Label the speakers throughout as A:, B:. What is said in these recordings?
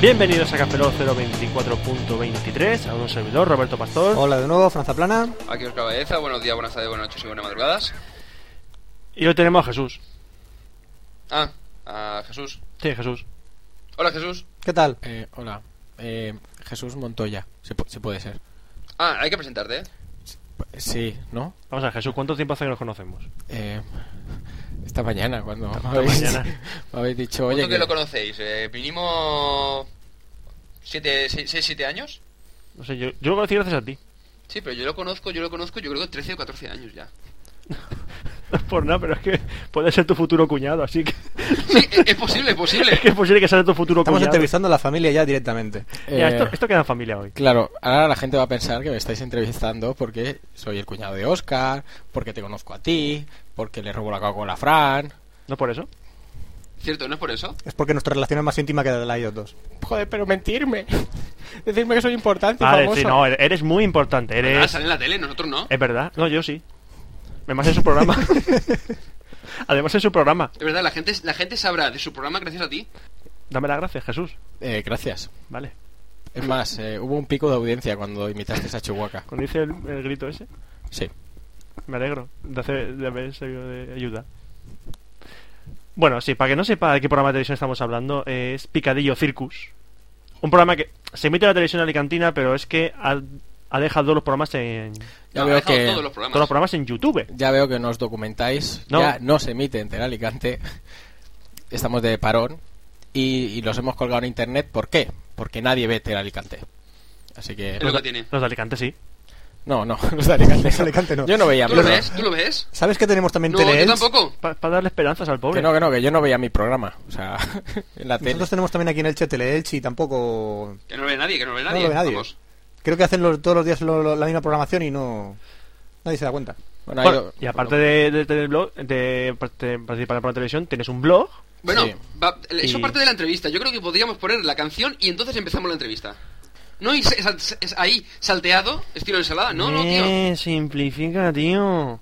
A: Bienvenidos a Café Lock 024.23, a un servidor, Roberto Pastor.
B: Hola de nuevo, Franza Plana.
C: Aquí os Baeza, buenos días, buenas tardes, buenas noches y buenas madrugadas.
A: Y hoy tenemos a Jesús.
C: Ah, a Jesús.
A: Sí, Jesús.
C: Hola Jesús.
B: ¿Qué tal?
D: Eh, hola, Eh, Jesús Montoya, si, pu- si puede ser.
C: Ah, hay que presentarte, ¿eh?
D: P- Sí, ¿no?
A: Vamos a ver, Jesús, ¿cuánto tiempo hace que nos conocemos?
D: Eh, esta mañana, cuando me
A: mañana.
D: me habéis dicho,
C: Oye,
D: oye,
C: que...
D: que-
C: lo conocéis? Eh, mínimo... Siete, seis, seis, siete años?
A: No sé, yo, yo lo conocí gracias a ti.
C: Sí, pero yo lo conozco, yo lo conozco, yo creo que 13 o 14 años ya.
A: No es por nada, pero es que puede ser tu futuro cuñado, así que
C: Sí, es, es posible, es posible.
A: es que es posible que sea tu futuro
B: Estamos
A: cuñado.
B: entrevistando a la familia ya directamente.
A: Mira,
D: eh,
A: esto, esto queda en familia hoy.
D: Claro, ahora la gente va a pensar que me estáis entrevistando porque soy el cuñado de Oscar, porque te conozco a ti, porque le robo la Coca-Cola a Fran.
A: ¿No por eso?
C: Cierto, ¿no es por eso? Pues
B: Es porque nuestra relación es más íntima que la de la ellos dos.
D: Joder, pero mentirme. Decirme que soy importante y
A: Vale,
D: famoso.
A: sí, no, eh. eres- eres muy importante,
C: Ah,
A: eres... Eh-
C: sale en la tele, nosotros no.
A: Es verdad, no, yo sí. Además en su programa. Además en su programa.
C: Es verdad, la gente, la gente sabrá de su programa gracias a ti.
A: Dame las gracias, Jesús.
D: Eh, gracias.
A: Vale.
D: Es más, eh, hubo un pico de audiencia cuando imitaste a Chihuahua.
A: Cuando hice el, el grito ese,
D: Sí.
A: me alegro de, hacer, de haber servido de ayuda. Bueno, sí, para que no sepa de qué programa de televisión estamos hablando, eh, es Picadillo Circus. Un programa que se emite en la televisión alicantina, pero es que ha, ha dejado todos los programas en.
D: Ya
C: No, ha
D: veo
C: dejado
D: que-
C: todos los programas.
A: Todos los programas en YouTube.
D: Ya veo que no os documentáis.
A: No.
D: Ya no se emite en Alicante. Estamos de parón. Y, y los hemos colgado en internet. ¿Por qué? Porque nadie ve Alicante. Así que.
C: Es lo que tiene.
A: Los de Alicante sí.
D: No, no, los de Alicante.
B: Los de Alicante no.
D: Yo no veía
C: ¿Tú lo
D: mi
C: ves?
D: programa.
C: ¿Tú lo ves?
B: ¿Sabes que tenemos también
C: No,
B: tele?
C: yo tampoco.
A: Para darle esperanzas al pobre.
D: Que no, que no, que yo no veía mi programa. O sea, en la tele.
B: Nosotros tenemos también aquí en Elche Teleelch y tampoco...
C: Que no lo ve nadie, que no lo ve
B: No
C: nadie.
B: lo ve nadie.
C: Vamos.
B: Creo que hacen los- todos los días lo- lo- la misma programación y no... Nadie se da cuenta.
D: Bueno, ha
A: Bueno,
D: ido-
A: y aparte de, de, tener blog, de, part- de participar en el programa de televisión, tienes un blog.
C: Bueno,
D: Sí.
C: va- eh, eso
A: Y-
C: parte de la entrevista. Yo creo que podríamos poner la canción y entonces empezamos la entrevista. No y se- sal- se- es ahí, salteado, estilo ensalada. Ah, No, no, tío.
A: Eh, simplifica, tío.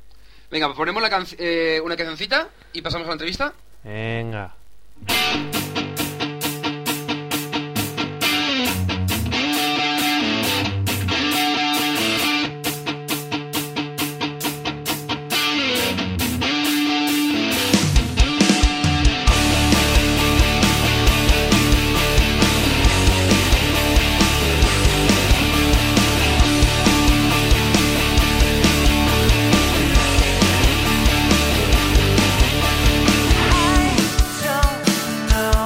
C: Venga, pues ponemos la canc- eh, una cancioncita y pasamos a la entrevista.
A: Venga.
E: I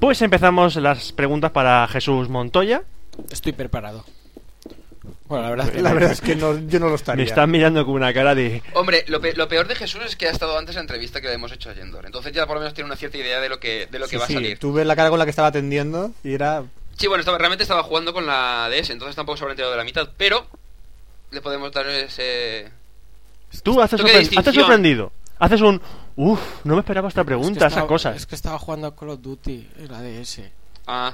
A: Pues empezamos las preguntas para Jesús Montoya.
D: Estoy preparado. Bueno, la verdad es que
B: La
D: no.
B: verdad es que no- yo no lo estaría.
A: Me están mirando con una cara de.
C: Hombre, lo, pe- lo peor de Jesús es que ha estado antes en la entrevista que le hemos hecho a Yendor. Entonces ya por lo menos tiene una cierta idea de lo que, de lo que
B: Sí,
C: va
B: sí,
C: a salir.
B: Tú ves la cara con la que estaba atendiendo y era.
C: Sí, bueno, estaba, realmente estaba jugando con la DS, entonces tampoco se habrá enterado de la mitad, pero le podemos dar ese...
A: Tú haces,
C: Toque de
A: sorpre-
C: distinción.
A: haces sorprendido. Haces un. Uff, no me esperaba esta
D: Es que
A: pregunta, esas
D: estaba-
A: cosas.
D: Es que estaba jugando a Call of Duty en la DS.
C: Ah,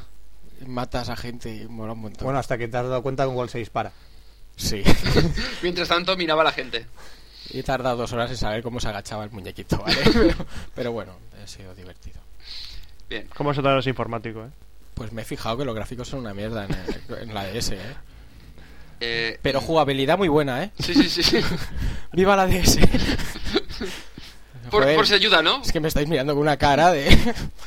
D: Matas a gente y mola un montón.
B: Bueno, hasta que te has dado cuenta con cuál se dispara.
D: Sí.
C: mientras tanto miraba a la gente.
D: He tardado dos horas en saber cómo se agachaba el muñequito, ¿vale? Pero, pero bueno, ha sido divertido.
C: Bien.
A: ¿Cómo se tratan los informáticos, eh?
D: Pues me he fijado que los gráficos son una mierda en, el- en la DS, ¿eh?
C: Eh,
D: Pero jugabilidad muy buena, ¿eh?
C: Sí, sí, sí. sí.
D: ¡Viva la DS!
C: Por,
D: Joder,
C: por si ayuda, ¿no?
D: Es que me estáis mirando con una cara de...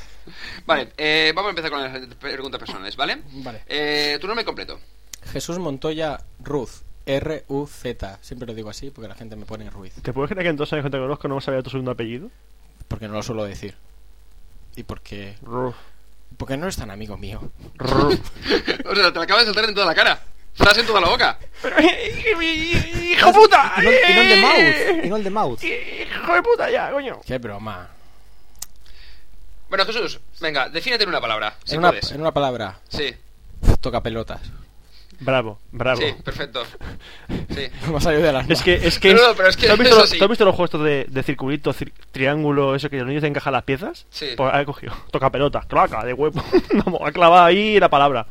C: Vale, eh, vamos a empezar con las preguntas personales, ¿vale?
D: Vale.
C: Eh, tu nombre completo.
D: Jesús Montoya Ruz. R-U-Z. Siempre lo digo así porque la gente me pone Ruiz.
A: ¿Te puedes creer que en dos años que te conozco no me sabía tu segundo apellido?
D: Porque no lo suelo decir. Y porque...
A: Ruf,
D: Porque no eres tan amigo mío.
A: ruf.
C: O sea, te la acabas de saltar en toda la cara. Estás en toda la boca.
A: ¡Hijo puta!
B: Y no, y no el de Mouth. Y no el de Mouth.
A: ¡Hijo de puta ya, coño!
D: ¡Qué broma!
C: Bueno, Jesús, venga, defínete en una palabra, si
D: en, una,
C: puedes.
D: en una palabra,
C: Sí,
D: toca pelotas.
A: Bravo, bravo.
C: sí, perfecto. Sí.
D: No me ha salido de las
A: Es que,
D: manos.
A: es que.
C: No, no, pero es que
A: ¿tú has visto,
C: eso
A: los-
C: sí.
A: tú has visto los juegos estos de, de circulito, cir- triángulo, eso que los niños te encajan las piezas?
C: Sí.
A: Pues ahí he cogido. Toca pelota, claca, de huevo. Vamos, ha clavado ahí la palabra.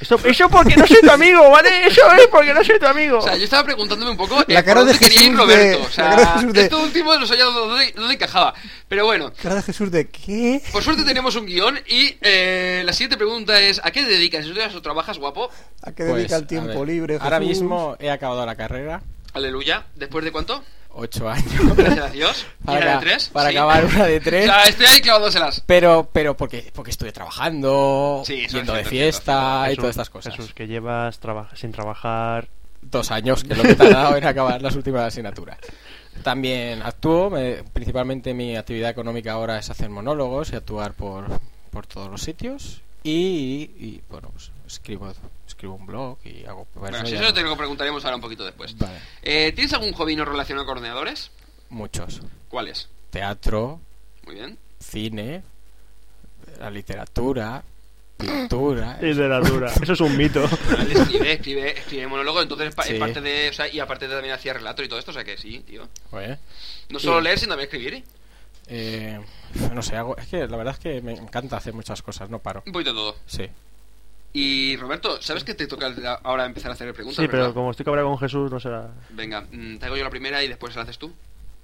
A: Eso, eso porque no soy tu amigo, ¿vale? Eso es porque no soy tu amigo.
C: O sea, yo estaba preguntándome un poco eh,
B: La cara
C: por dónde
B: de
C: quería ir
B: Jesús
C: Roberto.
B: de-
C: O
B: la
C: sea,
B: cara de Jesús de-
C: esto último no sabía dónde, dónde encajaba. Pero bueno,
B: Cara de Jesús de qué.
C: por suerte tenemos un guión y eh, la siguiente pregunta es ¿a qué te dedicas? ¿Estudias o trabajas, guapo?
B: ¿A qué
D: Pues,
B: dedica
D: a
B: el tiempo
D: ver,
B: libre? Jesús?
D: Ahora mismo he acabado la carrera,
C: Aleluya. ¿Después de cuánto?
D: ocho años.
C: Gracias a Dios. ¿Y
D: Para,
C: una de
D: ca-
C: tres?
D: para
C: Sí.
D: acabar una de
C: O
D: tres.
C: sea, estoy ahí clavándoselas.
D: Pero, pero porque, porque estuve trabajando,
C: Sí, eso
D: yendo
C: es
D: de
C: cierto,
D: fiesta y
A: Jesús,
D: todas estas cosas.
A: Jesús, que llevas traba- sin trabajar.
D: Dos años, que es lo que te ha dado en acabar las últimas asignaturas. También actúo, me- principalmente mi actividad económica ahora es hacer monólogos y actuar por, por todos los sitios. Y, y, bueno, pues escribo, escribo un blog y hago...
C: Bueno,
D: eso
C: si
D: ya
C: eso
D: no.
C: te lo preguntaremos ahora un poquito después.
D: Vale,
C: Eh, ¿Tienes algún hobby no relacionado con ordenadores?
D: muchos.
C: ¿Cuál es?
D: Teatro,
C: Muy bien.
D: cine, la literatura, pintura.
A: Literatura. Eso es un mito.
C: Él escribe, escribe, escribe monólogo, entonces pa- es
D: Sí.
C: parte de, o sea, y aparte también hacía relato y todo esto, o sea que sí, tío.
D: eh, Joder.
C: No solo
D: Sí.
C: leer, sino también escribir.
D: Eh, no sé, hago, es que la verdad es que me encanta hacer muchas cosas, no paro.
C: Un poquito todo.
D: Sí.
C: Y Roberto, ¿sabes que te toca ahora empezar a hacer preguntas?
A: Sí, pero
C: verdad?
A: como estoy cabreado con Jesús, no será.
C: Venga, mm, te hago yo la primera y después la haces tú.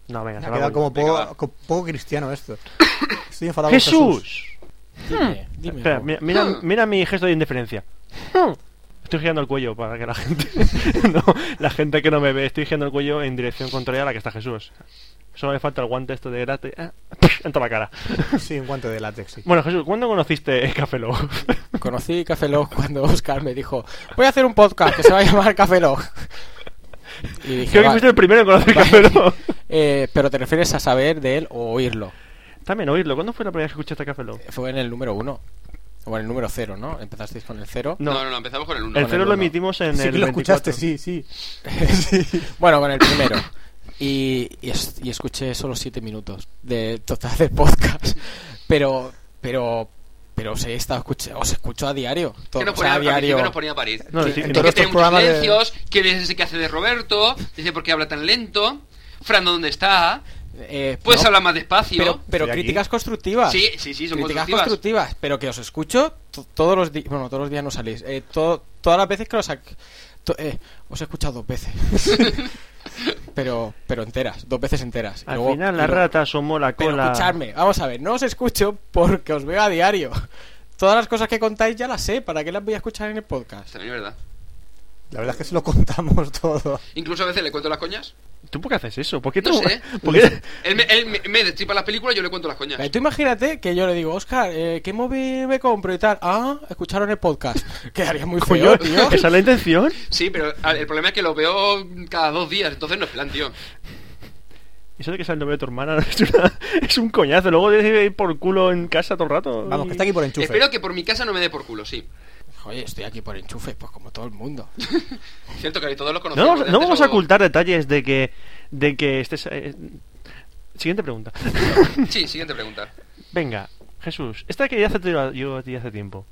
A: No, venga,
B: Me
A: se
B: ha
A: la
B: quedado
A: hago yo.
B: como
C: Venga, va.
B: poco, co- poco cristiano esto. Estoy enfadado. con
A: ¡Jesús!
D: Dime, dime.
A: Espera,
D: Hugo.
A: mira, mira,
C: Hmm.
A: mira mi gesto de indiferencia. Estoy girando el cuello para que la gente. no, la gente que no me ve, estoy girando el cuello en dirección contraria a la que está Jesús. Solo me falta el guante este de gratis. ah, en toda la cara.
B: Sí, un guante de látex. Sí.
A: Bueno, Jesús, ¿cuándo conociste Café Lock?
D: Conocí Café Log cuando Oscar me dijo, voy a hacer un podcast que se va a llamar Café Log. Y dije,
A: Creo que
D: "Va-
A: fuiste el primero en conocer
D: vale".
A: Café Lock.
D: Eh, pero te refieres a saber de él o oírlo.
A: También oírlo. ¿Cuándo fue la primera vez que escuchaste Café Lock?
D: Fue en el número uno. O en el número cero, ¿no? Empezasteis con el cero.
A: No.
C: No, no, no, empezamos con el uno
A: El cero lo
D: uno.
A: emitimos en
B: sí
A: el.
B: que lo escuchaste,
A: 24.
B: sí, sí.
D: Bueno, con el primero. Y, y es- y escuché solo siete minutos de total de podcast. Pero, pero, pero se está escuché, os escucho a diario. To-
C: Que nos
D: o sea,
C: ponía,
D: a
C: al principio
D: diario.
C: nos ponía a parir.
A: No,
B: Sí,
A: sí,
B: en
A: no.
B: todos
C: que
B: estos
C: tiene muchos
B: programas de-
C: silencios, que dice que hace de Roberto, dice por qué habla tan lento, Fran, ¿dónde está?
D: Eh,
C: Puedes
D: no,
C: hablar más despacio.
D: Pero, pero
B: Estoy aquí.
D: críticas constructivas.
C: Sí, sí, sí, son
D: críticas
C: constructivas.
D: pero que os escucho to- todos los días. Bueno, todos los días no salís. Eh, to- todas las veces que os. ha- to- eh, os he escuchado dos veces. pero, pero enteras, dos veces enteras. Y
A: Al
D: luego-
A: final,
D: y
A: la
D: luego-
A: rata somó la
D: Pero
A: cola.
D: escuchadme, vamos a ver, no os escucho porque os veo a diario. Todas las cosas que contáis ya las sé, ¿para qué las voy a escuchar en el podcast?
C: También es verdad.
B: La verdad es que se lo contamos todo.
C: Incluso a veces le cuento las coñas.
A: ¿Tú por qué haces eso? ¿Por qué
C: No
A: tú.?
C: sé.
A: ¿Por qué-
C: Él me, él me- me destripa las películas, yo le cuento las coñas.
D: Eh, Tú imagínate que yo le digo, Oscar, eh, ¿qué móvil me compro y tal? Ah, escucharon el podcast. Quedaría muy feo,
A: Coño,
D: tío.
A: ¿Esa es la intención?
C: Sí, pero a- el problema es que lo veo cada dos días, entonces no es plan, tío.
A: Eso de que sea el novio de tu hermana es, una- es un coñazo. Luego tienes que ir por culo en casa todo el rato.
B: Vamos,
A: y-
B: que está aquí por enchufe.
C: Espero que por mi casa no me dé por culo, sí.
D: Oye, estoy aquí por enchufe, pues como todo el mundo.
C: Cierto que todos lo
A: No,
C: conocemos.
A: vamos-
C: de
A: no
C: antes
A: vamos
C: o-
A: a ocultar detalles de que, de que estés. eh, Siguiente pregunta.
C: Sí, siguiente pregunta.
A: Venga, Jesús, esta quería hacerte yo a- yo a ti hace tiempo.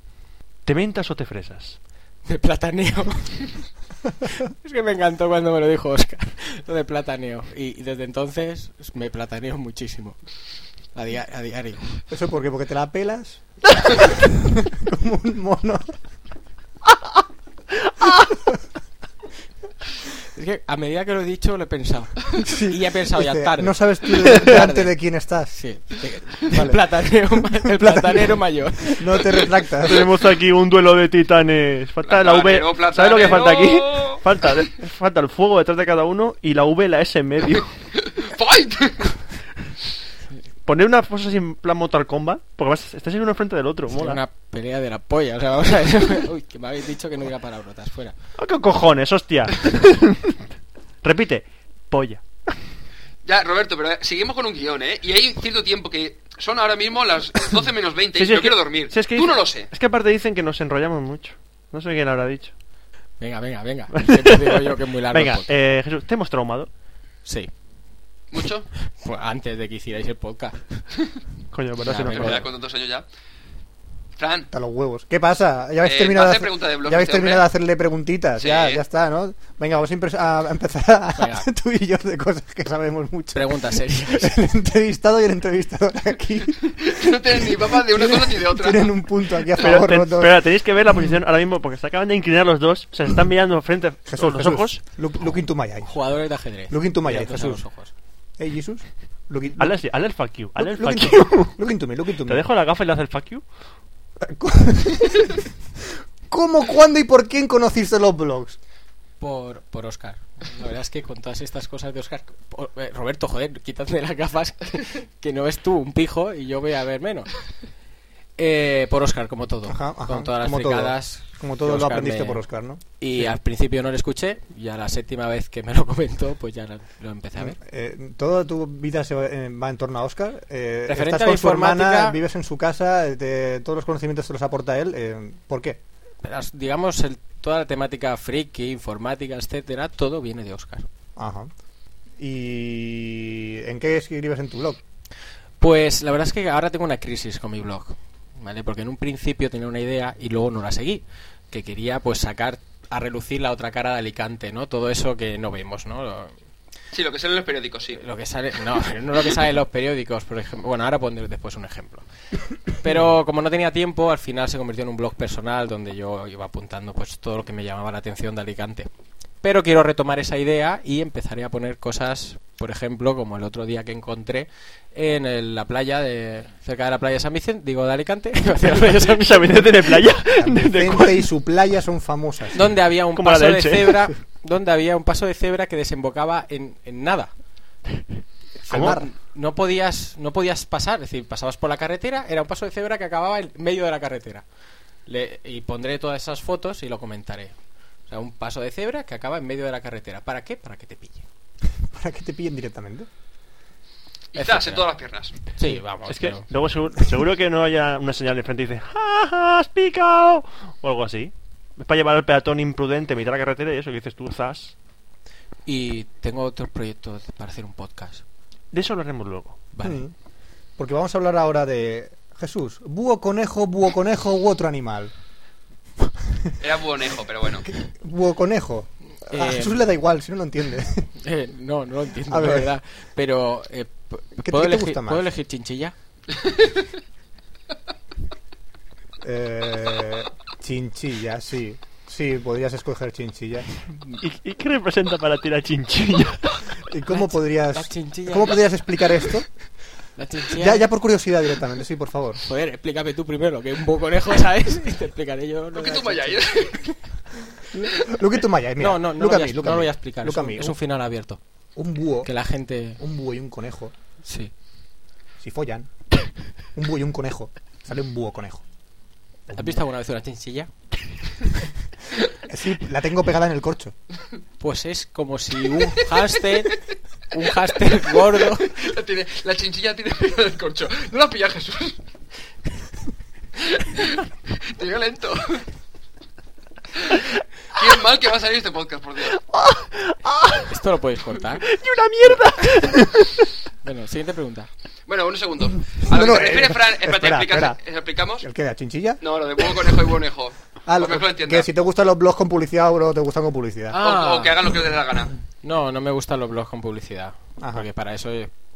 A: ¿Te mentas o te fresas?
D: De plataneo. es que me encantó cuando me lo dijo Oscar, lo de plataneo. Y, y desde entonces me plataneo muchísimo. A, dia- a diario.
B: ¿Eso por qué? Porque te la pelas. Como un mono.
D: Es que a medida que lo he dicho, lo he pensado. Y ya he pensado, ya
B: Dice,
D: tarde.
B: No sabes tú de-
D: Tarde.
B: delante de quién estás.
D: Sí, te- el,
B: Vale.
D: plataneo, ma- el platanero mayor.
B: No te retractas.
A: Tenemos aquí un duelo de titanes. Falta la V.
C: Platanero,
A: ¿Sabes lo que falta aquí?
C: platanero.
A: Falta, falta el fuego detrás de cada uno y la V y la S en medio.
C: ¡Fight!
A: Poner una cosa así en plan Mortal Kombat, porque vas, estás en uno frente del otro.
D: Es
A: Mola.
D: una pelea de la polla. O sea, vamos a ver. Uy, que me habéis dicho que no diga palabrotas, fuera.
A: Ah, ¿Qué cojones, hostia? Repite, polla.
C: ya, Roberto, pero eh, seguimos con un guión, ¿eh? Y hay cierto tiempo que son ahora mismo las 12 menos 20
A: Sí,
C: y
A: sí,
C: yo
A: es que-
C: quiero dormir.
A: sí, es que
C: Tú no
A: dicen-
C: lo sé.
A: Es que aparte dicen que nos enrollamos mucho. No sé quién habrá dicho.
D: Venga, venga, venga. Siempre digo yo que es muy largo. el
A: Venga,
D: podcast.
A: eh, Jesús, te hemos traumado.
D: Sí,
C: ¿Mucho?
D: Pues antes de que hicierais el podcast.
A: Coño, pero
D: Ya,
A: si no
D: me
C: Es
D: Venga.
C: verdad, con tantos años ya. Fran,
B: Hasta los huevos. ¿Qué pasa? Ya habéis
C: Eh,
B: terminado,
C: va a
B: de,
C: hacer pregunta de blog
B: ya habéis
C: este hombre.
B: terminado de hacerle preguntitas.
C: Sí.
B: Ya, ya está, ¿no? Venga, vamos a impres- a empezar a
D: Venga.
B: tú y yo de cosas que sabemos mucho.
D: Preguntas serias.
B: El entrevistado y el entrevistador aquí
C: no tienes ni papá de una cosa ni de otra.
B: tienen un punto aquí a
A: Pero,
B: favor.
A: te-
B: los dos.
A: espera, tenéis que ver la posición ahora mismo porque se acaban de inclinar los dos, se están mirando frente
B: Jesús,
A: con los
B: Jesús,
A: ojos.
B: Look, look into my eyes.
D: Jugadores de ajedrez.
B: Look into my
D: Mira,
B: eyes,
D: pues a los
B: Jesús.
D: ojos.
B: Hey, Jesus. Look, in-
A: Hazle así, hazle el fuck you, hazle
B: look,
A: el
B: look
A: fuck
B: into,
A: you.
B: look into me, look into
A: Te
B: me.
A: dejo la gafa y le haces el fuck you.
B: ¿Cómo, cuándo y por quién conociste los blogs?
D: Por, por Oscar. La verdad es que con todas estas cosas de Oscar. por- eh, Roberto, joder, quítate las gafas que, que no ves tú un pijo y yo voy a ver menos. Eh, por Oscar, como todo.
B: Ajá, ajá,
D: con todas las
B: como todo.
D: fricadas
B: Como todo
D: que
B: lo
D: Oscar
B: aprendiste
D: me-
B: por Oscar, ¿no?
D: Y al principio no lo escuché, y a la séptima vez que me lo comentó, pues ya lo, lo empecé a ver.
B: Eh, toda tu vida se va, eh, va en torno a Oscar. Eh,
D: Referente
B: estás
D: a la
B: con su
D: informática-
B: hermana, vives en su casa, eh, te- todos los conocimientos te los aporta él. eh, ¿Por qué?
D: Las- digamos, el- toda la temática friki, informática, etcétera, todo viene de Oscar.
B: Ajá. ¿Y en qué escribes en tu blog?
D: Pues la verdad es que ahora tengo una crisis con mi blog, ¿vale? Porque en un principio tenía una idea y luego no la seguí, que quería pues sacar a relucir la otra cara de Alicante, ¿no? Todo eso que no vemos, ¿no? Lo,
C: Sí, lo que sale en los periódicos, sí.
D: lo que sale, no, no lo que sale en los periódicos, por ejemplo. Bueno, ahora pondré después un ejemplo. Pero como no tenía tiempo, al final se convirtió en un blog personal donde yo iba apuntando pues todo lo que me llamaba la atención de Alicante. Pero quiero retomar esa idea y empezaré a poner cosas, por ejemplo, como el otro día que encontré en el- la playa de cerca de la playa de San Vicente, digo de Alicante,
A: ¿San Vicente tiene playa? ¿De- de cuál?
B: Vicente y su playa son famosas.
D: donde había un
A: Como la
D: paso de
A: leche.
D: cebra, donde había un paso de cebra que desembocaba en, en nada.
A: ¿Cómo?
D: Al mar. No podías, no podías pasar, es decir, pasabas por la carretera, era un paso de cebra que acababa en medio de la carretera. Le- y pondré todas esas fotos y lo comentaré. O sea, un paso de cebra que acaba en medio de la carretera. ¿Para qué? Para que te pille.
B: Para que te pillen directamente.
C: Y tas, en
D: Etcétera.
C: todas las piernas.
D: Sí, vamos.
A: Es que
D: pero-
A: luego seguro, seguro que no haya una señal de frente y dice ¡Ja, ja, has picado! O algo así. Es para llevar al peatón imprudente a mitad de la carretera y eso que dices tú, zas.
D: Y tengo otros proyectos para hacer un podcast.
A: De eso hablaremos luego.
D: Vale.
B: Mm. Porque vamos a hablar ahora de Jesús, búho, conejo, búho, conejo u otro animal.
C: Era buonejo, pero bueno.
B: Búho, conejo. A
D: Eh,
B: Jesús le da igual, si no lo entiende.
D: Eh, no, no lo entiendo,
B: A
D: la
B: ver.
D: verdad. Pero, eh, p-
B: ¿Qué-
D: ¿puedo,
B: qué te
D: elegir,
B: gusta más?
D: ¿puedo elegir chinchilla?
B: Eh, chinchilla, sí. Sí, podrías escoger chinchilla.
A: ¿Y, y qué representa para ti la chinchilla?
B: ¿Y cómo
D: la
B: podrías,
D: chinchilla.
B: cómo podrías explicar esto?
D: La chinchilla.
B: Ya, ya por curiosidad directamente, sí, por favor.
D: Joder, explícame tú primero, que es un conejo, ¿sabes? Y te explicaré yo.
C: Lo
D: lo
C: que
D: de
C: tú
D: la
C: vayas.
D: chinchilla.
B: Look into my eyes, eh, mira.
D: No, no, no,
B: look
D: lo
B: at
D: voy a,
B: me, look
D: no
B: at
D: lo voy
B: me,
D: a explicar.
B: look
D: Es
B: at
D: un,
B: me.
D: es un final abierto.
B: Un búho,
D: Que la gente.
B: un búho y un conejo,
D: Sí.
B: si follan, un búho y un conejo, sale un búho conejo.
D: ¿Has visto alguna vez una chinchilla?
B: Sí, la tengo pegada en el corcho.
D: Pues es como si un hámster un hámster gordo.
C: La, tiene- la chinchilla tiene pegada del corcho. No la pilla Jesús. Te veo lento. Qué mal que va a salir este podcast, por Dios.
D: Esto lo podéis contar.
A: ¡Y una mierda!
D: Bueno, siguiente pregunta.
C: Bueno, un segundo. A
B: No,
C: lo que
B: no,
C: te refieres,
B: eh,
C: Fran, espérate,
B: espera,
C: explicas-
B: espera.
C: ¿eh, ¿explicamos?
B: ¿El qué? ¿La chinchilla?
C: No, lo de buen conejo y buen ojo.
B: Ah, lo-
C: Porque lo entienda.
B: que si te gustan los blogs con publicidad o no te gustan con publicidad.
D: Ah.
C: O, o que hagan lo que les dé la gana.
D: No, no me gustan los blogs con publicidad.
B: Ajá.
D: Porque para eso.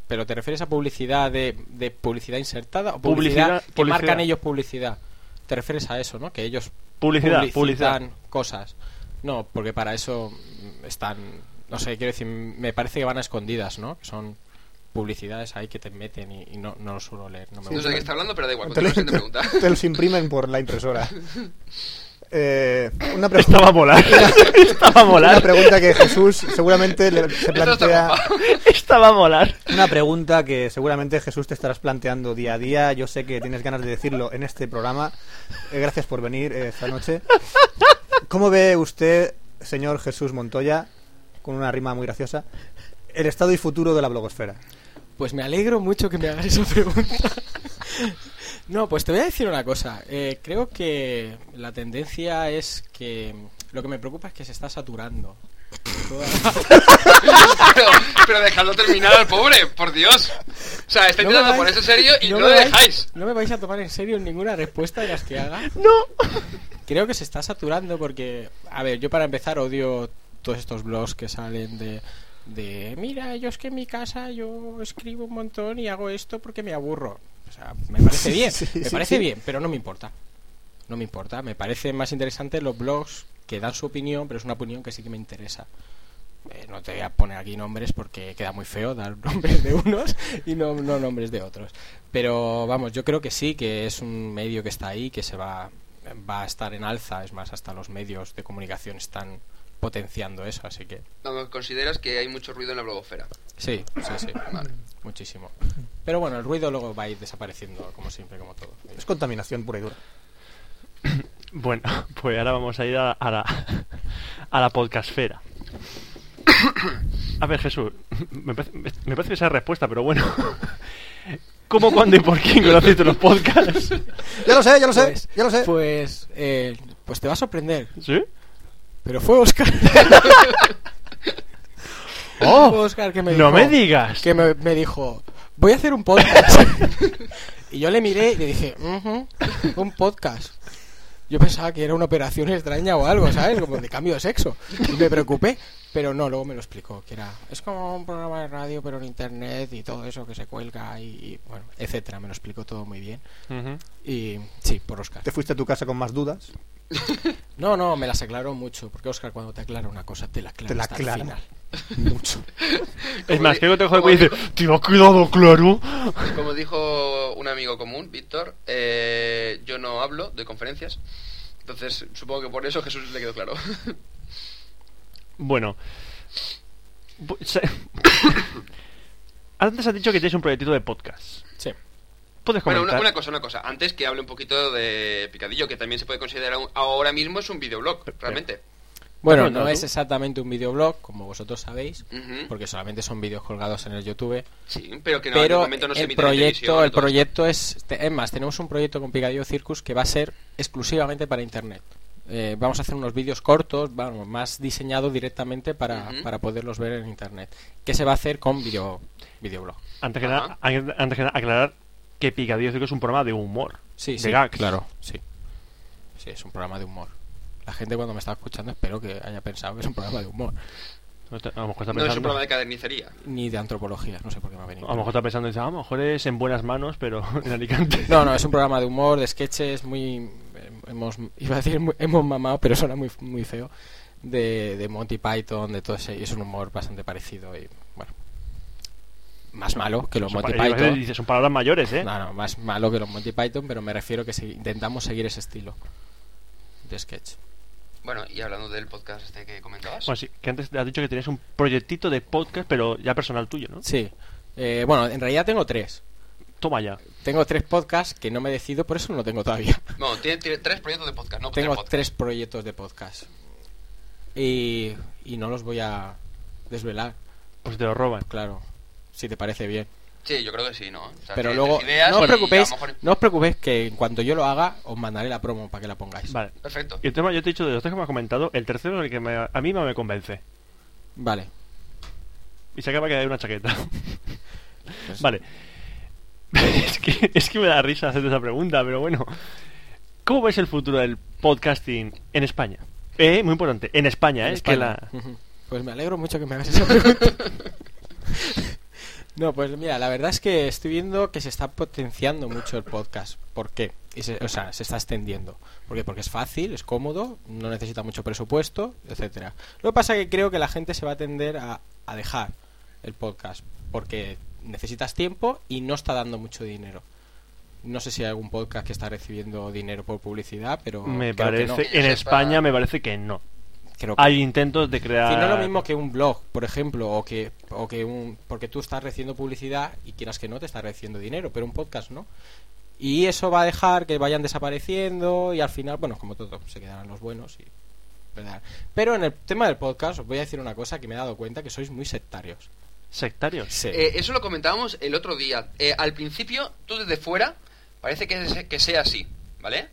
D: Pero te refieres a publicidad de, de publicidad insertada o publicidad,
A: Publicidad-
D: que
A: publicidad.
D: marcan ellos publicidad. Te refieres a eso, ¿no? Que ellos
A: Publicidad,
D: publicitan
A: publicidad.
D: cosas. No, porque para eso mm, están, no sé, quiero decir, me parece que van a escondidas, ¿no? Que son publicidades ahí que te meten y, y no, no lo suelo leer. No me
C: No sé
D: gusta.
C: de qué está hablando, pero da igual.
B: te,
C: Continúa la
B: lo-
C: siguiente pregunta.
B: te los imprimen por la impresora. Eh, una, pre-
A: Estaba a molar. Estaba a
B: una
A: molar.
B: pregunta que Jesús seguramente le- se
C: Esto está
B: plantea.
C: guapa.
A: Estaba a molar.
B: Una pregunta que seguramente Jesús te estarás planteando día a día. Yo sé que tienes ganas de decirlo en este programa. Eh, gracias por venir eh, esta noche. ¿Cómo ve usted, señor Jesús Montoya, con una rima muy graciosa, el estado y futuro de la blogosfera?
D: Pues me alegro mucho que me hagas esa pregunta. No, pues te voy a decir una cosa. Eh, creo que la tendencia es que lo que me preocupa es que se está saturando. Toda-
C: pero, pero dejadlo terminar al pobre, por Dios. O sea, está
D: No me
C: intentando
D: vais-
C: ponerse serio y no,
D: me
C: lo
D: vais-
C: dejáis.
D: No me vais a tomar en serio ninguna respuesta de las que haga.
A: No.
D: Creo que se está saturando porque, a ver, yo para empezar odio todos estos blogs que salen de, de mira, yo es que en mi casa yo escribo un montón y hago esto porque me aburro. O sea, me parece bien,
B: Sí,
D: me
B: sí,
D: parece
B: sí.
D: bien, pero no me importa. No me importa, me parecen más interesantes los blogs que dan su opinión, pero es una opinión que sí que me interesa. Eh, no te voy a poner aquí nombres porque queda muy feo dar nombres de unos y no, no nombres de otros. Pero vamos, yo creo que sí, que es un medio que está ahí, que se va, va a estar en alza. Es más, hasta los medios de comunicación están potenciando eso, así que
C: No, consideras que hay mucho ruido en la blogosfera.
D: sí, sí, sí,
C: Vale.
D: muchísimo. Pero bueno, el ruido luego va a ir desapareciendo, como siempre, como todo.
B: Es contaminación pura y dura.
A: Bueno, pues ahora vamos a ir a, a la, a la podcastfera. A ver, Jesús, me parece, me parece que esa es la respuesta, pero bueno. ¿Cómo, cuándo y por quién conociste los podcasts?
B: Ya lo sé, ya lo sé,
D: Pues,
B: ya lo sé.
D: Pues, eh, pues te va a sorprender,
A: ¿Sí?
D: pero fue Oscar. Fue Oscar que me
A: Oh, no
D: dijo-
A: me digas.
D: que me, me dijo, voy a hacer un podcast. y yo le miré y le dije, "Ujú, un podcast. Yo pensaba que era una operación extraña o algo, ¿sabes? Como de cambio de sexo. Y me preocupé, pero no, luego me lo explicó, que era, es como un programa de radio, pero en internet y todo eso que se cuelga y, y, bueno, etcétera. Me lo explicó todo muy bien.
A: Ujú.
D: Y sí, por Oscar.
B: Te fuiste a tu casa con más dudas.
D: No, no, me las aclaró mucho, porque Oscar cuando te aclara una cosa, te la aclara
B: Te la
D: hasta el
B: aclara.
D: final.
B: Mucho.
A: Es más,
C: di-
A: creo que te
C: como
A: joder y dice, ¿te ha quedado claro?
C: Como dijo un amigo común, Víctor, eh, yo no hablo de conferencias. Entonces, supongo que por eso Jesús le quedó claro.
A: Bueno. Bu- se- Antes has dicho que tienes un proyectito de podcast.
D: Sí.
A: ¿Puedes
C: bueno,
A: comentar?
C: una, una cosa, una cosa. Antes que hable un poquito de Picadillo, que también se puede considerar un- ahora mismo es un videoblog, realmente.
D: Bueno,
A: Cuéntalo
D: no
A: tú.
D: es exactamente un videoblog, como vosotros sabéis,
C: Ujú.
D: porque solamente son vídeos colgados en el YouTube.
C: Sí, pero que no, de
D: pero
C: momento no se
D: el
C: emite en televisión,
D: proyecto, el
C: entonces-
D: proyecto es, te- es más, tenemos un proyecto con Picadillo Circus que va a ser exclusivamente para internet. Eh, vamos a hacer unos vídeos cortos, vamos, más diseñados directamente para,
C: Ujú.
D: para poderlos ver en internet. ¿Qué se va a hacer con video, videoblog?
A: Antes que,
C: Ajá.
A: nada, an- antes que nada, aclarar que Picadillo Circo es un programa de humor.
D: Sí,
A: de
D: sí,
A: gags.
D: claro, sí. Sí, es un programa de humor. La gente cuando me está escuchando espero que haya pensado que es un programa de humor,
A: No te- A lo mejor está
C: No es un
A: pensando,
C: programa de carnicería.
D: ni de antropología, no sé por qué me ha venido.
A: a lo mejor está pensando dice, "Ah, a lo mejor es en buenas manos, pero en Alicante.
D: No, no, es un programa de humor, de sketches, muy... Hemos, iba a decir, muy- hemos mamado, pero suena muy, muy feo. De, de Monty Python, de todo ese... y es un humor bastante parecido y, bueno... Más malo que los
A: Son
D: Monty
A: pa- yo iba a decir,
D: Python.
A: dice, son palabras mayores, ¿eh?
D: No, no, más malo que los Monty Python, pero me refiero que se- intentamos seguir ese estilo de sketch.
C: Bueno, y hablando del podcast este que comentabas.
D: Pues,
A: Bueno, sí, que antes te has dicho que tenías un proyectito de podcast, pero ya personal tuyo, ¿no?
D: Sí. Eh, bueno, en realidad tengo tres.
A: Toma ya.
D: Tengo tres podcasts que no me decido, por eso no lo tengo todavía.
C: Bueno, tiene, tiene tres proyectos de podcast, no
D: Tengo
C: podcast.
D: tres proyectos de podcast. Y, y no los voy a desvelar.
A: O si pues te lo roban.
D: Claro, si te parece bien.
C: Sí, yo creo que sí, ¿no? O sea,
D: Pero
C: tienes
D: luego,
C: ideas y
D: no os,
C: a lo
D: preocupéis,
C: mejor-
D: no os preocupéis que en cuanto yo lo haga, os mandaré la promo para que la pongáis.
A: Vale.
C: Perfecto.
A: Y el tema, yo te he dicho de los tres que me has comentado, el tercero es el que me- a mí más me convence.
D: Vale.
A: Y se acaba de quedar una chaqueta.
D: Pues-
A: Vale. es, que, es que me da risa hacer esa pregunta, pero bueno. ¿Cómo ves el futuro del podcasting en España? Eh, muy importante, en España, ¿eh?
D: En
A: Que
D: España.
A: la...
D: Ujú. Pues me alegro mucho que me hagas esa pregunta. no, pues mira, la verdad es que estoy viendo que se está potenciando mucho el podcast. ¿Por qué? Y se- o sea, se está extendiendo. ¿Por qué? Porque es fácil, es cómodo, no necesita mucho presupuesto, etcétera. Lo que pasa es que creo que la gente se va a tender a, a dejar el podcast porque necesitas tiempo y no está dando mucho dinero. No sé si hay algún podcast que está recibiendo dinero por publicidad, pero
A: Me
D: creo que
A: parece,
D: no.
A: en
C: Sepa-
A: España me parece que no.
D: Creo que
A: Hay intentos de crear...
D: si no es lo mismo que un blog, por ejemplo, o que, o que un. Porque tú estás recibiendo publicidad y quieras que no, te estás recibiendo dinero, pero un podcast no. Y eso va a dejar que vayan desapareciendo y al final, bueno, como todo, se quedarán los buenos y. ¿verdad? Pero en el tema del podcast, os voy a decir una cosa que me he dado cuenta que sois muy sectarios.
A: Sectarios.
D: Sí.
C: Eh, eso lo comentábamos el otro día. Eh, al principio, tú desde fuera, parece que, se- que sea así, ¿vale?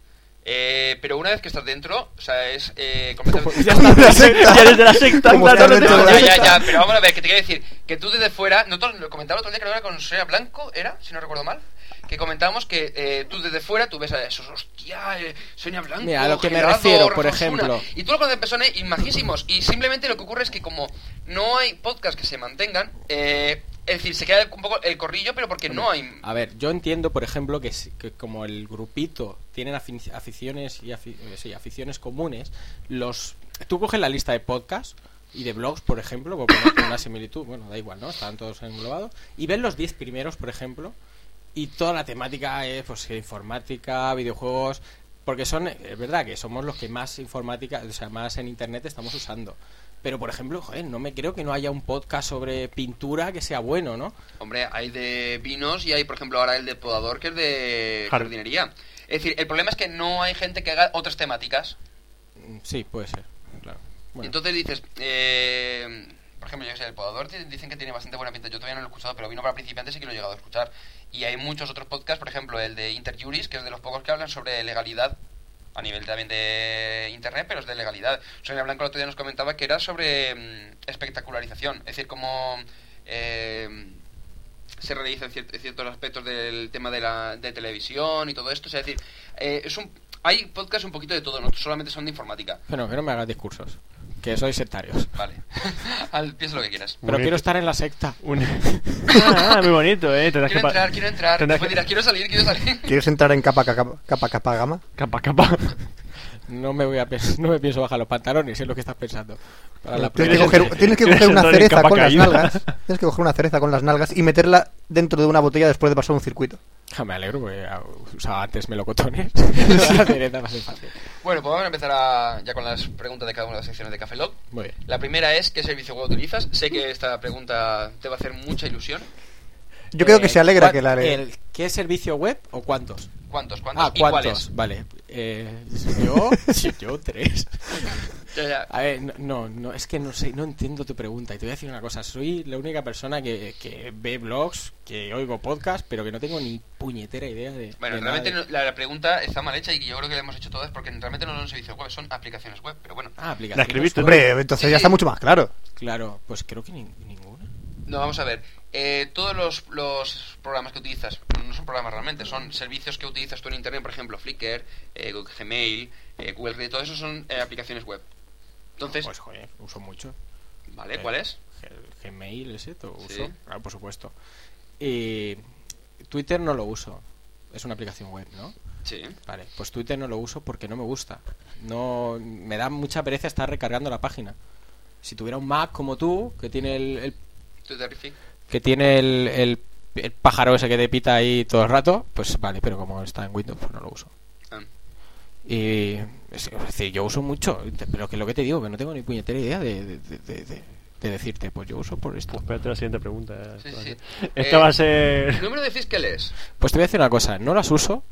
C: Eh, pero una vez que estás dentro, o sea, es eh, completamente...
D: Ya está.
A: ya eres de la secta,
B: Como
A: claro,
B: que has
A: no te-
B: metido
C: Ya, ya, ya, pero vamos a ver, que te quiero decir que tú desde fuera, nosotros lo comentaba el otro día, creo que era con Sonia Blanco, era, si no recuerdo mal, que comentábamos que eh, tú desde fuera tú ves a esos, hostia, eh, Sonia Blanco.
D: Mira, a lo que me
C: Gerardo,
D: refiero, por
C: Rafa Osuna".
D: ejemplo.
C: Y tú lo cuando empezó, eh, imagísimos, y simplemente lo que ocurre es que como no hay podcasts que se mantengan, eh, es decir, se queda un poco el corrillo, pero porque no hay.
D: A ver, yo entiendo, por ejemplo, que, si- que como el grupito tienen afi- aficiones y afi- eh, sí, aficiones comunes, los tú coges la lista de podcasts y de blogs, por ejemplo, por ponerte una similitud, bueno, da igual, ¿no? Están todos englobados, y ves los 10 primeros, por ejemplo, y toda la temática es pues, informática, videojuegos, porque son, es verdad que somos los que más informática, o sea, más en internet estamos usando. Pero, por ejemplo, joder, no me creo que no haya un podcast sobre pintura que sea bueno, ¿no?
C: Hombre, hay de vinos y hay, por ejemplo, ahora el de podador que es de
A: Jard-
C: jardinería. Es decir, el problema es que no hay gente que haga otras temáticas.
D: Mm, Sí, puede ser, claro.
C: Y
D: Bueno.
C: Entonces dices, eh, por ejemplo, yo que sé, el podador ti- dicen que tiene bastante buena pinta. Yo todavía no lo he escuchado, pero vino para principiantes y que lo he llegado a escuchar. Y hay muchos otros podcasts, por ejemplo, el de Interjuris, que es de los pocos que hablan sobre legalidad a nivel también de internet, pero es de legalidad. Sonia Blanco el otro día nos comentaba que era sobre mm, espectacularización, es decir, cómo eh, se realizan cier- ciertos aspectos del tema de la de televisión y todo esto. O sea, es decir, eh, es un, hay podcasts un poquito de todo, no solamente son de informática.
D: Bueno, que no me hagas discursos. Que sois sectarios.
C: Vale. Al, piensa lo que quieras.
D: Pero
A: Muy
D: quiero
A: bien.
D: estar en la secta.
A: Un- Ah, muy bonito, eh. Tendrás que
C: Quiero
A: pa-
C: entrar, quiero entrar.
A: tendrás
C: Después
A: que-
C: dirás, quiero salir, quiero salir.
B: ¿Quieres entrar en capa capa capa, capa gama?
A: Capa, capa.
D: No me voy a pens- no me pienso bajar los pantalones, es lo que estás pensando. Para la
B: Tienes que,
D: próxima.
B: coger, tienes que
A: Tienes
B: coger una
A: entrar en
B: cereza
A: capa
B: con las
A: caída.
B: nalgas. Tienes que coger una cereza con las nalgas y meterla dentro de una botella después de pasar un circuito.
D: Ah, me alegro porque ah, usaba antes melocotones. La cereza va a ser fácil.
C: Bueno, pues vamos a empezar a- ya con las preguntas de cada una de las secciones de Café Lock.
D: Muy bien.
C: La primera es, ¿qué servicio web utilizas? Sé que esta pregunta te va a hacer mucha ilusión.
B: Yo creo que
D: Eh,
B: se alegra
D: ¿cuál-
B: que la le...
D: el- ¿Qué servicio web o cuántos?
C: ¿Cuántos, cuántos
D: Ah,
C: y
D: ¿cuántos?
C: cuáles?
D: Vale. Eh, yo, yo tres.
C: Ya, ya.
A: Ah,
D: A ver, no- no, no, es que no sé, no entiendo tu pregunta. Y te voy a decir una cosa. Soy la única persona que, que ve blogs, que oigo podcast, pero que no tengo ni puñetera idea de.
C: Bueno,
D: de nada
C: realmente
D: de-
C: no- la, la pregunta está mal hecha y yo creo que la hemos hecho todas porque realmente no son servicios web, son aplicaciones web, pero bueno.
D: Ah, aplicaciones.
A: La escribiste.
B: Hombre, entonces
C: Sí,
B: ya
C: sí.
B: está mucho más claro.
D: Claro, pues creo que ni- ninguna.
C: No, vamos a ver. Eh, todos los, los programas que utilizas, no son programas realmente, son servicios que utilizas tú en Internet, por ejemplo, Flickr, eh, Google Gmail, eh, Google Drive, todo eso son eh, aplicaciones web. Entonces,
D: Pues joder, uso mucho.
C: ¿vale?
D: eh,
C: ¿Cuál es?
D: G- Gmail, ese, todo uso.
C: Sí.
D: Claro, por supuesto. Y Twitter no lo uso. Es una aplicación web, ¿no?
C: Sí.
D: Vale, pues Twitter no lo uso porque no me gusta. No, me da mucha pereza estar recargando la página. Si tuviera un Mac como tú, que tiene el, el-
C: Twitterific.
D: que tiene el, el- el pájaro ese que te pita ahí todo el rato, pues vale, pero como está en Windows, pues no lo uso.
C: Ah.
D: Y es, es decir, yo uso mucho, te- pero que lo que te digo, que no tengo ni puñetera idea de, de- de- de- de- de decirte, pues yo uso por esto.
A: Espérate la siguiente pregunta. eh.
C: Sí, sí.
A: Esta
C: Eh,
A: va a ser.
C: Número de fiscales.
D: Pues te voy a decir una cosa, no las uso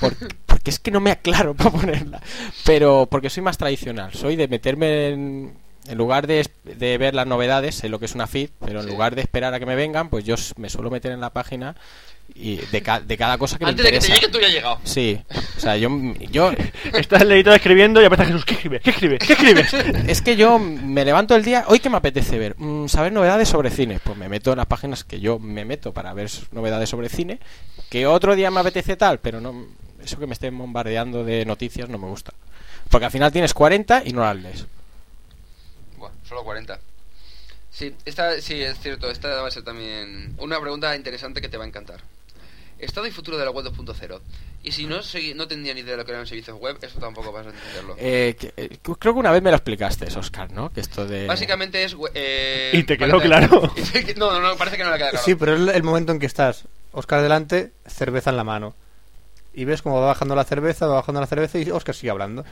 D: por- porque es que no me aclaro para ponerla, pero porque soy más tradicional, soy de meterme en, en lugar de, es- de ver las novedades, sé lo que es una feed, pero en
C: Sí.
D: lugar de esperar a que me vengan, pues yo s- me suelo meter en la página y de, ca- de cada cosa que
C: Antes
D: me
C: de que te
D: interesa.
C: llegue, tú ya has llegado.
D: Sí, o sea, yo, yo
A: Está el editor escribiendo y aparece Jesús. ¿Qué escribe? ¿Qué escribe? ¿Qué escribes?
D: es que yo me levanto el día, hoy que me apetece ver, Mm, saber novedades sobre cine, pues me meto en las páginas que yo me meto para ver s- novedades sobre cine, que otro día me apetece tal, pero no eso que me estén bombardeando de noticias no me gusta. Porque al final tienes 40 y no las lees.
C: Buah, solo 40. Sí, esta, sí, es cierto. Esta va a ser también una pregunta interesante que te va a encantar. Estado y futuro de la web 2.0. Y si no, segui- no tendría ni idea de lo que eran los servicios web, eso tampoco vas a entenderlo.
D: Eh, que- eh, creo que una vez me lo explicaste, Oscar, ¿no? Que esto de...
C: Básicamente es... we- eh,
A: Y te quedó
C: parece-
A: claro.
C: y te que- no, no, no, parece que no le queda claro.
B: Sí, pero es el momento en que estás, Oscar delante, cerveza en la mano. Y ves cómo va bajando la cerveza, va bajando la cerveza y Oscar sigue hablando.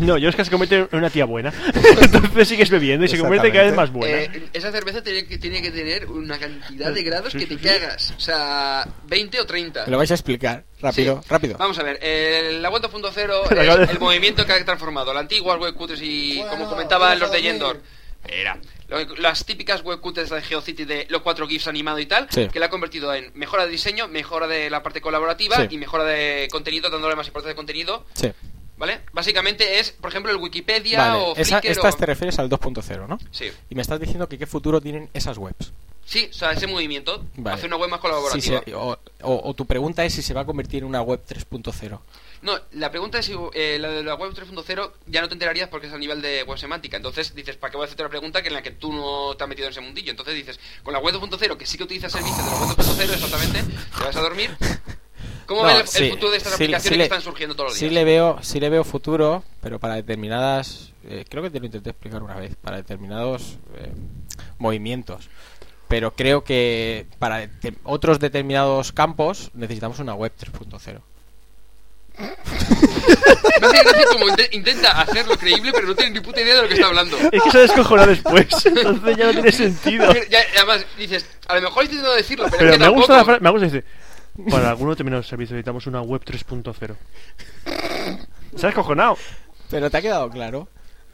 A: No, yo es que se convierte en una tía buena. Entonces sigues bebiendo y se convierte cada vez más buena.
C: Eh, esa cerveza tiene que, tiene que tener una cantidad de grados
A: Sí,
C: que
A: sí,
C: te
A: sí.
C: cagas. O sea, 20 o 30.
D: Me lo vais a explicar, rápido,
C: Sí.
D: rápido.
C: Vamos a ver, eh, la web 2.0
A: Pero acabo
C: es
A: de-
C: el movimiento que ha transformado. La antigua web cutres y,
B: Bueno,
C: como comentaban
B: vamos a
C: los de
B: dormir.
C: Yendor, era lo- las típicas web cutres de GeoCity de los cuatro GIFs animados y tal,
D: Sí.
C: que la ha convertido en mejora de diseño, mejora de la parte colaborativa
D: Sí.
C: y mejora de contenido, dándole más importancia de contenido.
D: Sí.
C: ¿Vale? Básicamente es, por ejemplo, el Wikipedia
D: Vale,
C: o
D: esa-
C: Flickr
D: estas
C: o-
D: te refieres al 2.0, ¿no?
C: Sí.
D: Y me estás diciendo que qué futuro tienen esas webs.
C: sí, o sea, ese movimiento
D: Vale.
C: hace una web más
D: Si
C: colaborativa.
D: se- o, o- o tu pregunta es si se va a convertir en una web 3.0.
C: No, la pregunta es si eh, la de la web 3.0 ya no te enterarías porque es a nivel de web semántica. Entonces dices, ¿para qué voy a hacerte una pregunta que en la que tú no te has metido en ese mundillo? Entonces dices, con la web 2.0, que sí que utiliza servicios de la web 2.0 exactamente, te vas a dormir. ¿Cómo
D: No,
C: ves el, el
D: sí,
C: futuro de estas
D: sí,
C: aplicaciones
D: sí
C: que
D: le-
C: están surgiendo todos los
D: Sí
C: días?
D: le veo, sí le veo futuro, pero para determinadas, eh, creo que te lo intenté explicar una vez, para determinados eh, movimientos. Pero creo que para de- otros determinados campos necesitamos una web 3.0.
C: Me hace gracia como inte- intenta hacerlo creíble, pero no tiene ni puta idea de lo que está hablando.
A: Es que se descojona después. Entonces ya no tiene sentido.
C: Ya, además, dices, a lo mejor estoy intentando decirlo, pero,
A: Pero
C: es que
A: me ha gustado
C: tampoco.
A: la frase. Me ha gustado dice: Para algún determinado servicio necesitamos una web 3.0. Se ha descojonado.
D: Pero te ha quedado claro.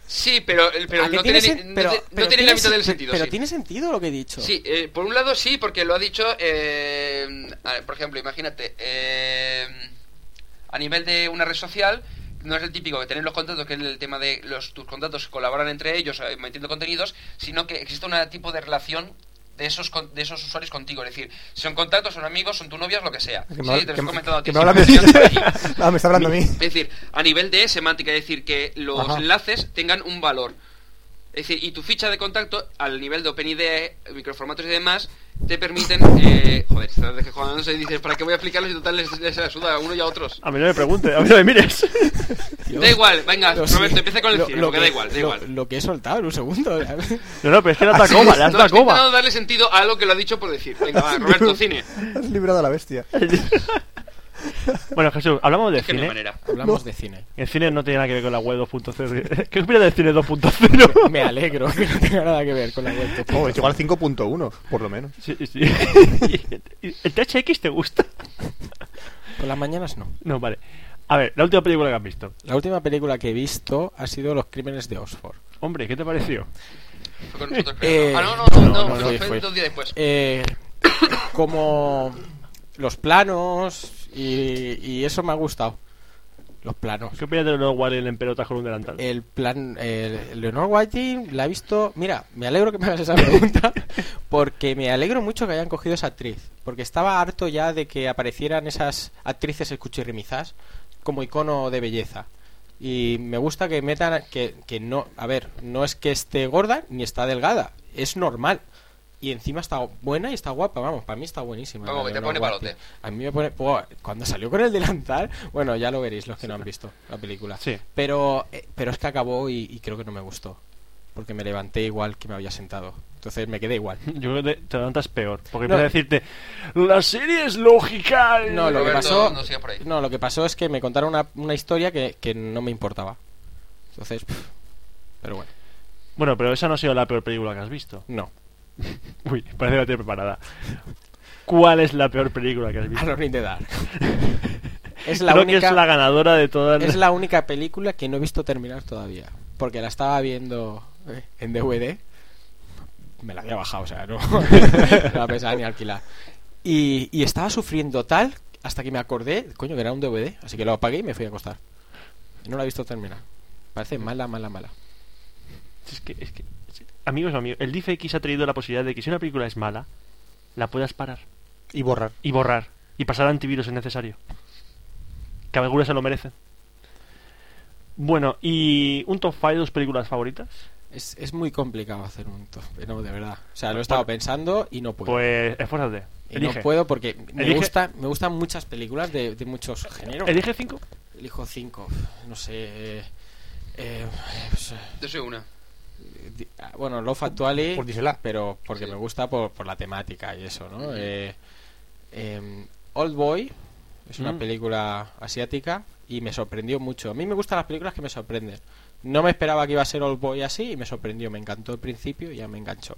C: Sí, pero, pero
D: ¿A que
C: no tiene,
D: sen-
C: ni- no
D: pero-
C: te- no
D: pero
C: tiene la mitad
D: sen-
C: del sentido.
D: Pero
C: sí.
D: tiene sentido lo que he dicho.
C: Sí, eh, por un lado sí, porque lo ha dicho, eh, a ver, por ejemplo, imagínate, eh, a nivel de una red social, no es el típico que tener los contratos, que es el tema de los tus contratos que colaboran entre ellos eh, metiendo contenidos, sino que existe un tipo de relación de esos con- de esos usuarios contigo, es decir, son contactos, son amigos, son tu novias, lo que sea.
B: Que me,
C: sí, te los
B: que
C: he
B: me-
C: comentado a
B: que
C: ti,
B: me
C: sí,
B: habla a
C: me
B: mí.
C: decían por ahí.
B: Ah, me está hablando a mí.
C: Es decir, a nivel de semántica, es decir, que los
B: Ajá.
C: enlaces tengan un valor. Es decir, y tu ficha de contacto, al nivel de OpenID, microformatos y demás, te permiten... Eh, joder, estás descojonándose y dices, ¿para qué voy a explicarlo si total les, les ayuda a uno y a otros?
A: A mí no me pregunte, a mí no me mires.
D: Yo-
C: Da igual, venga,
D: Lo
C: Roberto,
D: sé.
C: empieza con el
D: Lo-
C: cine,
D: lo
C: porque
D: que-
C: da igual, da
D: lo-
C: igual.
D: Lo que he soltado en un segundo.
A: No, no, pero es que le has dado
B: Así
A: coma,
B: es,
A: le has
C: Ah, No,
A: dado
C: estoy
A: coma.
C: intentando darle sentido a lo que lo ha dicho por decir. Venga, va, Roberto, cine.
B: Has librado a la bestia.
A: Bueno, Jesús, hablamos de
C: Es que no hay
A: cine.
C: manera.
D: Hablamos de cine.
A: El cine no tiene nada que ver con la web 2.0. ¿Qué opinas del cine 2.0?
D: Me alegro que no tenga nada que ver con la web.
B: Oh, es igual 5.1, por lo menos.
A: Sí, sí. ¿El THX te gusta?
D: Por las mañanas no.
A: No, vale. A ver, la última película que has visto.
D: La última película que he visto ha sido Los Crímenes de Oxford.
A: Hombre, ¿qué te pareció?
C: Fue con nosotros,
D: Eh,
C: creo. Ah, no, no, no, no,
D: no, no,
C: fue-
D: no,
C: fue
D: fue-
C: dos días después.
D: Eh, como los planos y, y eso me ha gustado. Los planos.
A: ¿Qué opinas de Leonor Warren en pelotas con un delantal?
D: El plan. el Leonor Whiting la he visto. Mira, me alegro que me hagas esa pregunta. Porque me alegro mucho que hayan cogido esa actriz. Porque estaba harto ya de que aparecieran esas actrices escuchirrimizas como icono de belleza. Y me gusta que metan. Que, que no. A ver, no es que esté gorda ni está delgada. Es normal. Y encima está buena y está guapa, vamos, para mí está buenísima.
C: Vamos,
D: la
C: que te
D: Leonor
C: pone
D: Whiting.
C: palote.
D: A mí me pone... Buah, cuando salió con el delantal, bueno, ya lo veréis los que no han visto la película.
A: Sí.
D: Pero, eh, pero es que acabó y, y creo que no me gustó. Porque me levanté igual que me había sentado. Entonces me quedé igual.
A: Yo creo que te, te levantas peor. Porque
D: No.
A: empieza a decirte, la serie es lógica.
D: No, lo que
C: Roberto,
D: pasó,
C: no sigas por ahí.
D: no, lo que pasó es que me contaron una, una historia que, que no me importaba. Entonces, pff, pero bueno,
A: Bueno, pero esa no ha sido la peor película que has visto.
D: no.
A: Uy, parece que la tienes preparada. ¿Cuál es la peor película que has
D: A
A: visto?
D: no de dar. Es la
A: creo
D: única...
A: que es la ganadora de todas
D: Es la única película que no he visto terminar todavía. Porque la estaba viendo eh, en DVD. Me la había bajado, o sea, no, no la pensaba ni alquilar. Y, y estaba sufriendo tal hasta que me acordé, coño, que era un DVD, así que lo apagué y me fui a acostar. No la he visto terminar. Parece mala, mala, mala.
A: Es que, es que, es- amigos, amigos, el DFX ha traído la posibilidad de que si una película es mala, la puedas parar
B: Y borrar.
A: y borrar y pasar antivirus es necesario. Que algunas se lo merecen. Bueno, ¿y un top 5 de tus películas favoritas?
D: Es, es muy complicado hacer un top, no, de verdad. O sea, lo he estado pensando y no puedo.
A: Pues esfuérzate.
D: y no
A: Elige.
D: puedo porque me,
A: Elige-
D: gusta, me gustan muchas películas de, de muchos géneros.
A: Elige 5.
D: Elijo cinco, no sé. eh, eh, pues, eh,
C: Yo soy una.
D: di- ah, bueno, Love Actually,
B: Por dísela.
D: pero porque me gusta por, por la temática y eso, ¿no? Eh, eh, Old Boy es una
A: Mm.
D: película asiática y me sorprendió mucho. A mí me gustan las películas que me sorprenden. No me esperaba que iba a ser Old Boy así y me sorprendió. Me encantó el principio y ya me enganchó.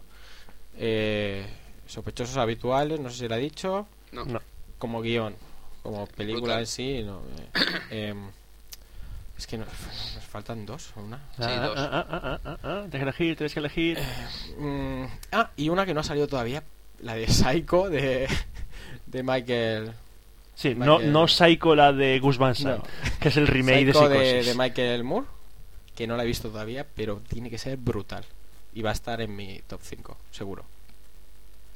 D: Eh, sospechosos habituales, no sé si lo ha dicho
C: No.
A: No.
D: como guión, como película
C: Brutal.
D: en sí. No, eh, em, es que no- nos faltan dos o una.
C: Sí,
A: Ah,
C: dos.
A: ah, ah, ah, ah, ah, ah. Tienes que elegir, tienes que elegir.
D: Mm, ah, y una que no ha salido todavía, la de Psycho de, de Michael.
A: Sí,
D: Michael-
A: no, no Psycho la de Gus Van Sant,
D: No.
A: que es el remake
D: Psycho
A: de
D: de,
A: Psicosis.
D: de Michael Moore, que no la he visto todavía, pero tiene que ser brutal. Y va a estar en mi top 5, seguro.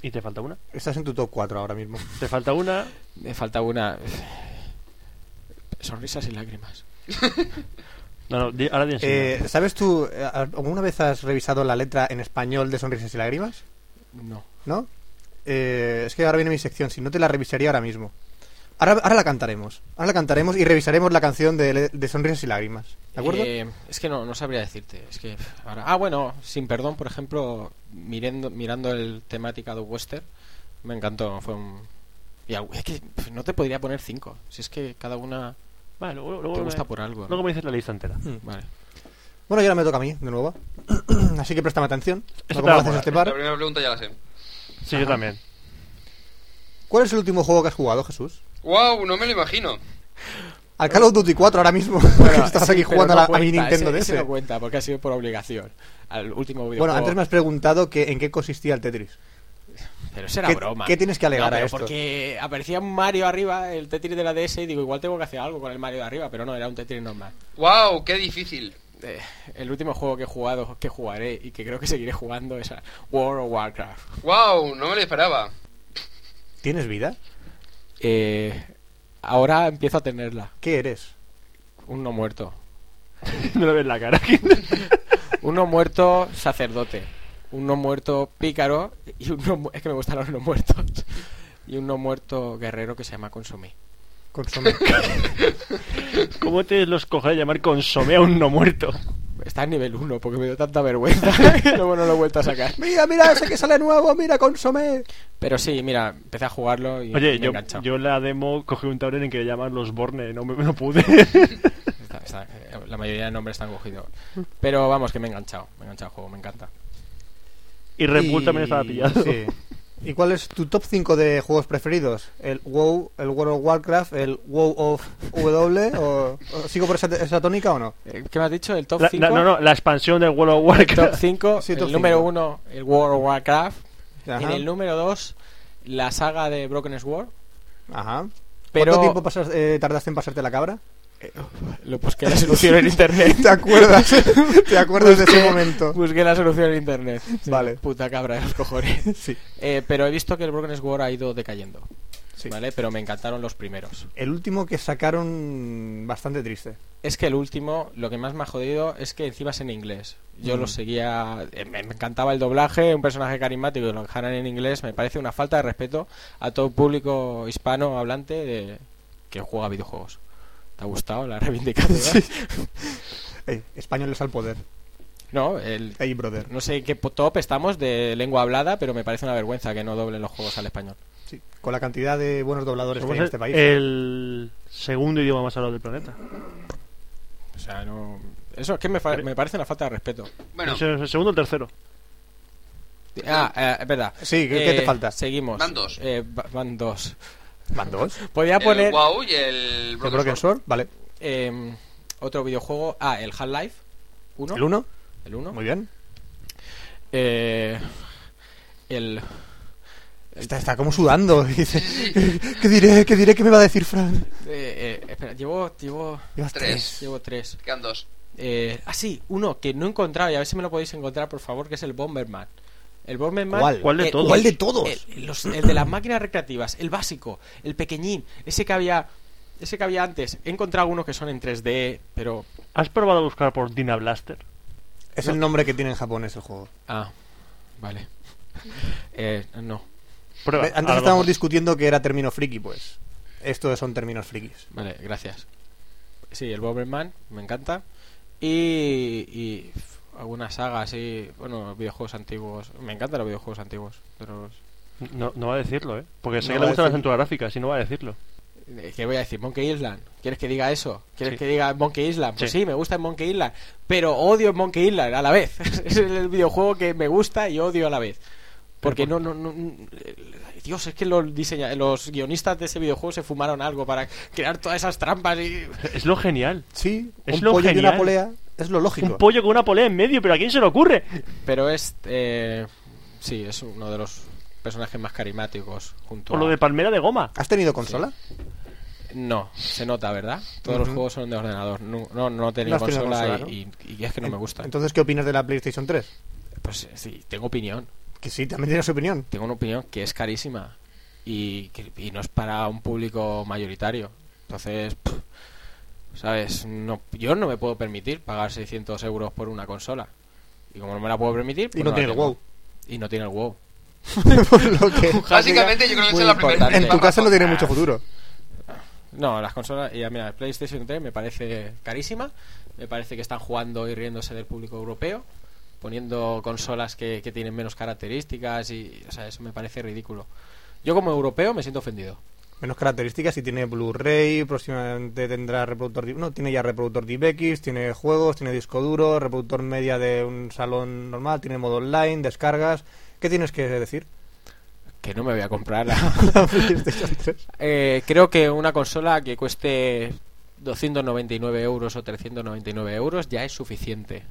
A: ¿Y te falta una?
B: Estás en tu top 4 ahora mismo.
A: ¿Te falta una?
D: Me falta una. Sonrisas y lágrimas.
A: No, no, di- ahora di enseguida.
B: Eh, ¿Sabes tú, eh, alguna vez has revisado la letra en español de Sonrisas y Lágrimas?
D: No.
B: ¿No? Eh, es que ahora viene mi sección, si no te la revisaría ahora mismo. Ahora, ahora la cantaremos. Ahora la cantaremos y revisaremos la canción de, le- de Sonrisas y Lágrimas. ¿De acuerdo?
D: Eh, es que no, no sabría decirte. Es que pf, ahora- Ah, bueno, sin perdón, por ejemplo, mirando, mirando el temática de western, me encantó. Fue un. y al- es que pf, no te podría poner cinco. Si es que cada una
A: Vale, luego, luego
D: te
A: me-
D: gusta por algo. ¿no?
A: luego me dices la lista entera.
D: Vale.
B: Bueno, y ahora me toca a mí, de nuevo. Así que préstame atención. No
A: Esto te va
B: como
A: a
B: haces
A: molar.
B: este
C: La
B: par.
C: primera pregunta ya la sé.
A: Sí, yo también.
B: ¿Cuál es el último juego que has jugado, Jesús?
C: ¡Wow! No me lo imagino.
B: Al Call of Duty 4 ahora mismo. Estás
D: sí,
B: aquí
D: pero
B: jugando a,
D: no
B: la- a mi
D: cuenta,
B: Nintendo
D: ese- ese
B: DS.
D: no cuenta, porque ha sido por obligación. Al último videojuego.
B: Bueno, antes me has preguntado que, en qué consistía el Tetris.
D: Pero será
B: ¿Qué-
D: broma.
B: qué tienes que alegar
D: No,
B: a
D: pero
B: esto?
D: Porque aparecía un Mario arriba, el Tetris de la DS, y digo, igual tengo que hacer algo con el Mario de arriba, pero no, era un Tetris normal.
C: ¡Wow! ¡Qué difícil!
D: Eh, el último juego que he jugado, que jugaré y que creo que seguiré jugando es a World of Warcraft.
C: ¡Wow! No me lo esperaba.
B: ¿Tienes vida?
D: Eh, ahora empiezo a tenerla.
B: ¿Qué eres?
D: Un no muerto.
A: no lo ves la cara.
D: Un no muerto sacerdote. Un no muerto pícaro. Y un no mu- es que me gustan los no muertos. Y un no muerto guerrero que se llama Consumí.
B: Consomé.
A: ¿Cómo te los cogerá a llamar consomé a un no muerto?
D: Está en nivel 1 porque me dio tanta vergüenza que luego no lo he vuelto a sacar.
B: mira, mira, ese que sale nuevo, mira, consomé.
D: Pero sí, mira, empecé a jugarlo y me
A: Oye,
D: he
A: yo,
D: enganchado.
A: yo en la demo cogí un tablero en el que le llaman los Borne, no, me, no pude.
D: Está- está- eh, la mayoría de nombres están cogidos. Pero vamos, que me he enganchado. Me he enganchado al juego, me encanta.
A: y Red Bull también estaba pillado.
B: Sí. ¿Y cuál es tu top 5 de juegos preferidos? ¿El WoW, el World of Warcraft, el WoW of W? ¿O, o sigo por esa, esa tónica o no?
D: Eh, ¿Qué me has dicho? ¿El top
A: La-
D: 5?
A: la- no, no, la expansión del World of
D: Top
A: Warcraft.
D: 5,
B: Sí,
D: el
B: top
D: número
B: cinco.
D: 1, el World of Warcraft.
B: Ajá.
D: En el número 2, la saga de Broken Sword.
B: Ajá.
D: Pero
B: ¿Cuánto tiempo pasas- eh, tardaste en pasarte la cabra?
D: lo busqué la solución en internet.
B: ¿Te acuerdas? ¿Te acuerdas de ese momento?
D: Busqué la solución en internet. Sí,
B: Vale.
D: Puta cabra de los cojones.
B: Sí.
D: Eh, pero he visto que el Broken Sword ha ido decayendo.
B: Sí.
D: ¿Vale? Pero me encantaron los primeros.
B: El último que sacaron bastante triste.
D: Es que el último, lo que más me ha jodido es que encima es en inglés. Yo
B: Mm.
D: lo seguía, eh, me, me encantaba el doblaje, un personaje carismático y lo dejaran en inglés. Me parece una falta de respeto a todo público hispano hablante de, que juega videojuegos. ¿Te ha gustado la reivindicación?
B: Ey, españoles al poder.
D: No, el,
B: Ey, brother.
D: no sé en qué po- top estamos de lengua hablada, pero me parece una vergüenza que no doblen los juegos al español.
B: Sí. Con la cantidad de buenos dobladores que hay
A: Somos
B: en este país.
A: el segundo idioma más hablado del planeta.
D: O sea, no. Eso es que me, fa- me parece una falta de respeto.
C: Bueno,
A: Es el el segundo o el tercero.
D: Ah, eh, es verdad. Eh,
B: Sí, ¿qué- qué te falta?
D: Seguimos.
C: Van dos.
D: Eh, va- van dos.
B: ¿Van dos?
D: Podía
C: el
D: poner.
C: WoW y el
B: ¿El
C: Broken
B: Broken
C: Sword.
B: Sword? Vale.
D: Em, Eh, otro videojuego. Ah, el Half-Life 1.
B: ¿El uno?
D: El uno.
B: Muy bien.
D: eh, el... eh,
B: Está, está como sudando. y Dice, ¿qué diré? ¿Qué diré? ¿Qué me va a decir Fran?
D: eh, eh, espera, llevo, llevo,
B: Llevas
C: Tres.
D: llevo tres.
C: Quedan dos.
D: Eh, ah, sí, uno que no he encontrado y a ver si me lo podéis encontrar, por favor, que es el Bomberman. El Bomberman.
B: ¿Cuál?
A: ¿Cuál de
D: eh,
A: todos?
B: ¿Cuál de todos?
D: El, los- el de las máquinas recreativas, el básico, el pequeñín, ese que había. Ese que había antes. He encontrado unos que son en 3D, pero.
A: ¿Has probado a buscar por Dina Blaster?
B: Es el nombre que tiene en japonés el juego.
D: Ah, vale. Eh, no.
A: Prueba.
B: Ve,
A: a
B: Antes
A: lo
B: estábamos
A: mejor.
B: discutiendo que era término friki, pues. Estos son términos frikis.
D: Vale, gracias. Sí, el Bomberman, me encanta. Y. y f- alguna saga así. Bueno, videojuegos antiguos. Me encantan los videojuegos antiguos. Pero.
A: no, no va a decirlo, ¿eh? Porque sé
B: No
A: que
B: va
A: le
B: a
A: gusta la
B: decirlo.
A: acentura gráfica, si no va a decirlo.
D: Eh, ¿Qué voy a decir? Monkey Island. ¿Quieres que diga eso? ¿Quieres
A: Sí.
D: que diga Monkey Island? Pues
A: Sí.
D: sí. me gusta el Monkey Island. Pero odio el Monkey Island a la vez. es el videojuego que me gusta y odio a la vez. Porque no, no, no. no- eh, Dios, es que los, diseña... los guionistas de ese videojuego se fumaron algo para crear todas esas trampas y.
A: Es lo genial.
B: Sí,
A: Es
B: un
A: lo
B: pollo y
A: genial.
B: una polea es lo lógico.
A: Un pollo con una polea en medio, pero ¿a quién se le ocurre?
D: Pero es. eh, Sí, es uno de los personajes más carismáticos junto
A: O lo
D: a-
A: de palmera de goma.
B: ¿Has tenido consola?
D: No, se nota, ¿verdad? Todos los
B: Ujú.
D: juegos son de ordenador. No, no, no he tenido
B: No has tenido
D: consola,
B: consola,
D: y, y- y es que no me gusta.
B: Entonces, ¿qué opinas de la PlayStation 3?
D: Pues sí, tengo opinión.
B: Que sí, también tienes opinión.
D: Tengo una opinión que es carísima y, que- y no es para un público mayoritario. Entonces, pff, ¿sabes? No, yo no me puedo permitir pagar 600 euros por una consola. Y como no me la puedo permitir...
B: Y
D: pues
B: no
D: la
B: tiene el
D: tengo.
B: WoW.
D: Y no tiene el WoW.
B: Por lo que-
C: Básicamente, yo creo que esa
D: muy
C: es la primera.
D: importante.
C: la
B: en tu
C: primera
B: casa no tiene
C: razón.
B: mucho futuro.
D: No, las consolas... Ya mira, el PlayStation 3 me parece carísima. Me parece que están jugando y riéndose del público europeo. Poniendo consolas que, que tienen menos características y... O sea, eso me parece ridículo. Yo como europeo me siento ofendido.
B: Menos características y tiene Blu-ray, próximamente tendrá reproductor... di- No, tiene ya reproductor DivX, tiene juegos, tiene disco duro, reproductor media de un salón normal, tiene modo online, descargas... ¿Qué tienes que decir?
D: Que no me voy a comprar la...
B: La PlayStation 3.
D: Eh, creo que una consola que cueste 299 euros o 399 euros ya es suficiente.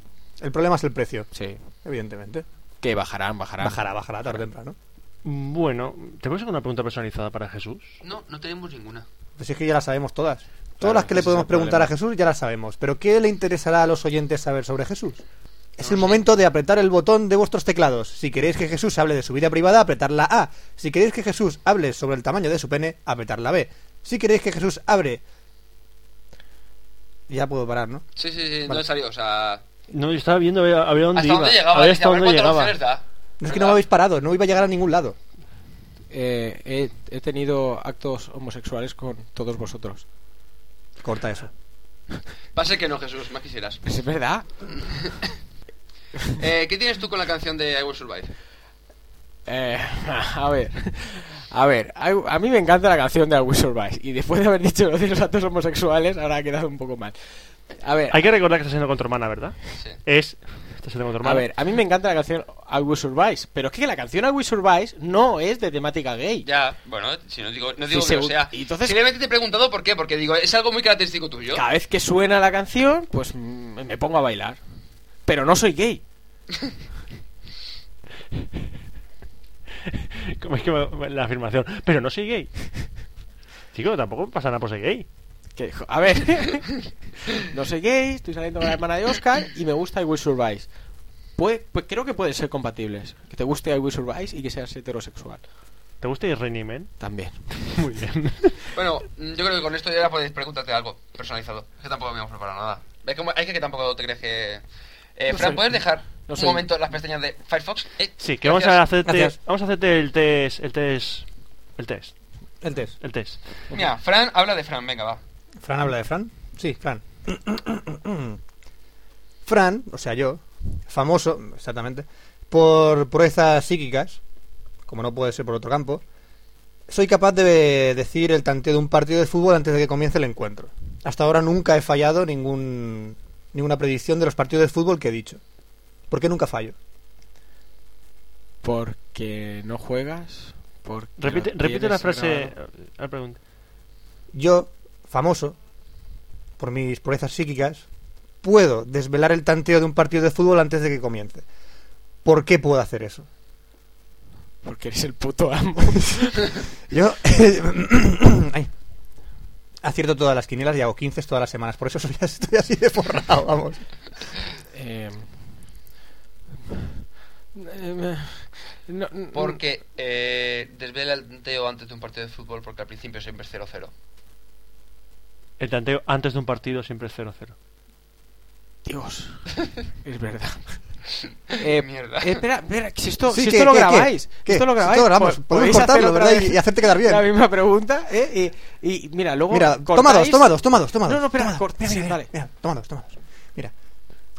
B: El problema es el precio,
D: Sí.
B: evidentemente.
D: Que bajarán, bajarán.
B: Bajará, bajará tarde o temprano.
A: Bueno, te voy a hacer una pregunta personalizada para Jesús.
C: No, no tenemos ninguna.
B: Pues es que ya las sabemos todas.
D: Claro,
B: Todas las que le
D: ese es el
B: podemos preguntar
D: problema.
B: a Jesús ya las sabemos. Pero ¿qué le interesará a los oyentes saber sobre Jesús? Es
C: No
B: el
C: sé.
B: momento de apretar el botón de vuestros teclados. Si queréis que Jesús hable de su vida privada, apretar la A. Si queréis que Jesús hable sobre el tamaño de su pene, apretar la B. Si queréis que Jesús abre... Ya puedo parar, ¿no?
C: Sí, sí, sí, no
B: Vale.
C: he salido, o sea.
A: No, yo estaba viendo a ver- a ver dónde
C: ¿Hasta
A: iba.
C: dónde llegaba?
A: a ver
C: Decía,
A: hasta
C: a ver
A: dónde
C: cuántas
A: llegaba.
C: opciones da.
B: No es que no me habéis parado, no iba a llegar a ningún lado.
D: Eh, he, he tenido actos homosexuales con todos vosotros.
B: Corta eso.
C: Pase que no, Jesús, más quisieras.
D: Es verdad.
C: Eh, ¿Qué tienes tú con la canción de I Will Survive?
D: Eh, a ver, a ver, a, a mí me encanta la canción de I Will Survive. Y después de haber dicho lo de los actos homosexuales, ahora ha quedado un poco mal. A ver,
A: Hay que recordar que está siendo con tu hermana, ¿verdad?
C: Sí.
A: Es. Está siendo con tu hermana.
D: a ver, a mí me encanta la canción I Will Survive. Pero es que la canción I Will Survive no es de temática gay.
C: Ya, bueno, si no digo, no digo
D: Sí,
C: que lo
D: seguro.
C: sea.
D: Y entonces-
C: Simplemente te he preguntado por qué, porque digo, es algo muy característico tuyo.
D: Cada vez que suena la canción, pues mm, me pongo a bailar. Pero no soy gay.
A: ¿Cómo es que me- me- la afirmación? Pero no soy gay. Chico, tampoco pasa nada por ser gay.
D: Que, jo- a ver, no soy gay, estoy saliendo con la hermana de Oscar y me gusta I Will Survive. Puede- pues creo que pueden ser compatibles. Que te guste I Will Survive y que seas heterosexual.
A: ¿Te gusta ir Rainy Man?
D: También.
A: Muy bien.
C: Bueno, mm, yo creo que con esto ya podéis preguntarte algo personalizado. Es que tampoco me hemos preparado nada. Hay que, hay que, que tampoco te crees que. Eh,
D: No
C: Fran,
D: soy-
C: ¿puedes dejar
D: no
C: un
D: soy-
C: momento las pestañas de Firefox? Eh,
A: Sí, que vamos a,
C: gracias.
A: hacerte,
B: Gracias.
A: vamos a hacerte el test. El test. El test.
B: El test.
A: El test.
C: Mira, Fran, habla de Fran, venga, va.
D: Mm.
B: ¿Fran habla de Fran? Sí, Fran. Fran, o sea yo, famoso, exactamente, por proezas psíquicas, como no puede ser por otro campo, soy capaz de decir el tanteo de un partido de fútbol antes de que comience el encuentro. Hasta ahora nunca he fallado ningún, ninguna predicción de los partidos de fútbol que he dicho. ¿Por qué nunca fallo?
D: Porque no juegas. Porque
A: Repite,
D: no
A: repite la
D: tienes
A: frase.
D: grado.
A: a la pregunta.
B: Yo, famoso, por mis proezas psíquicas, puedo desvelar el tanteo de un partido de fútbol antes de que comience. ¿por qué puedo hacer eso?
D: Porque eres el puto amo.
B: Yo ay, acierto todas las quinielas y hago 15 todas las semanas. Por eso soy- estoy así de forrado, vamos.
D: Eh, eh, no, no-
C: Porque eh, desvela el tanteo antes de un partido de fútbol porque al principio siempre es 0-0.
A: El tanteo antes de un partido siempre es 0-0.
D: Dios. Es verdad. Eh,
C: Mierda.
D: eh, espera, espera, si esto,
B: Sí,
D: si
B: ¿qué,
D: esto lo
B: qué, qué?
D: grabáis,
B: ¿Qué?
D: esto lo
B: Si
D: grabáis,
B: esto lo grabamos,
D: po-
B: podemos
D: podéis hacer
B: cortarlo,
D: otra
B: ¿verdad?
D: vez
B: Y- y hacerte quedar bien.
D: La misma pregunta, ¿eh? Y, y mira, luego.
B: Mira, toma dos,
D: cortáis-
B: toma dos, toma dos, toma
D: No,
B: dos.
D: no, espera,
B: toma dos.
D: corta, sí,
B: mira, mira,
D: vale.
B: mira, toma dos, toma dos. Mira.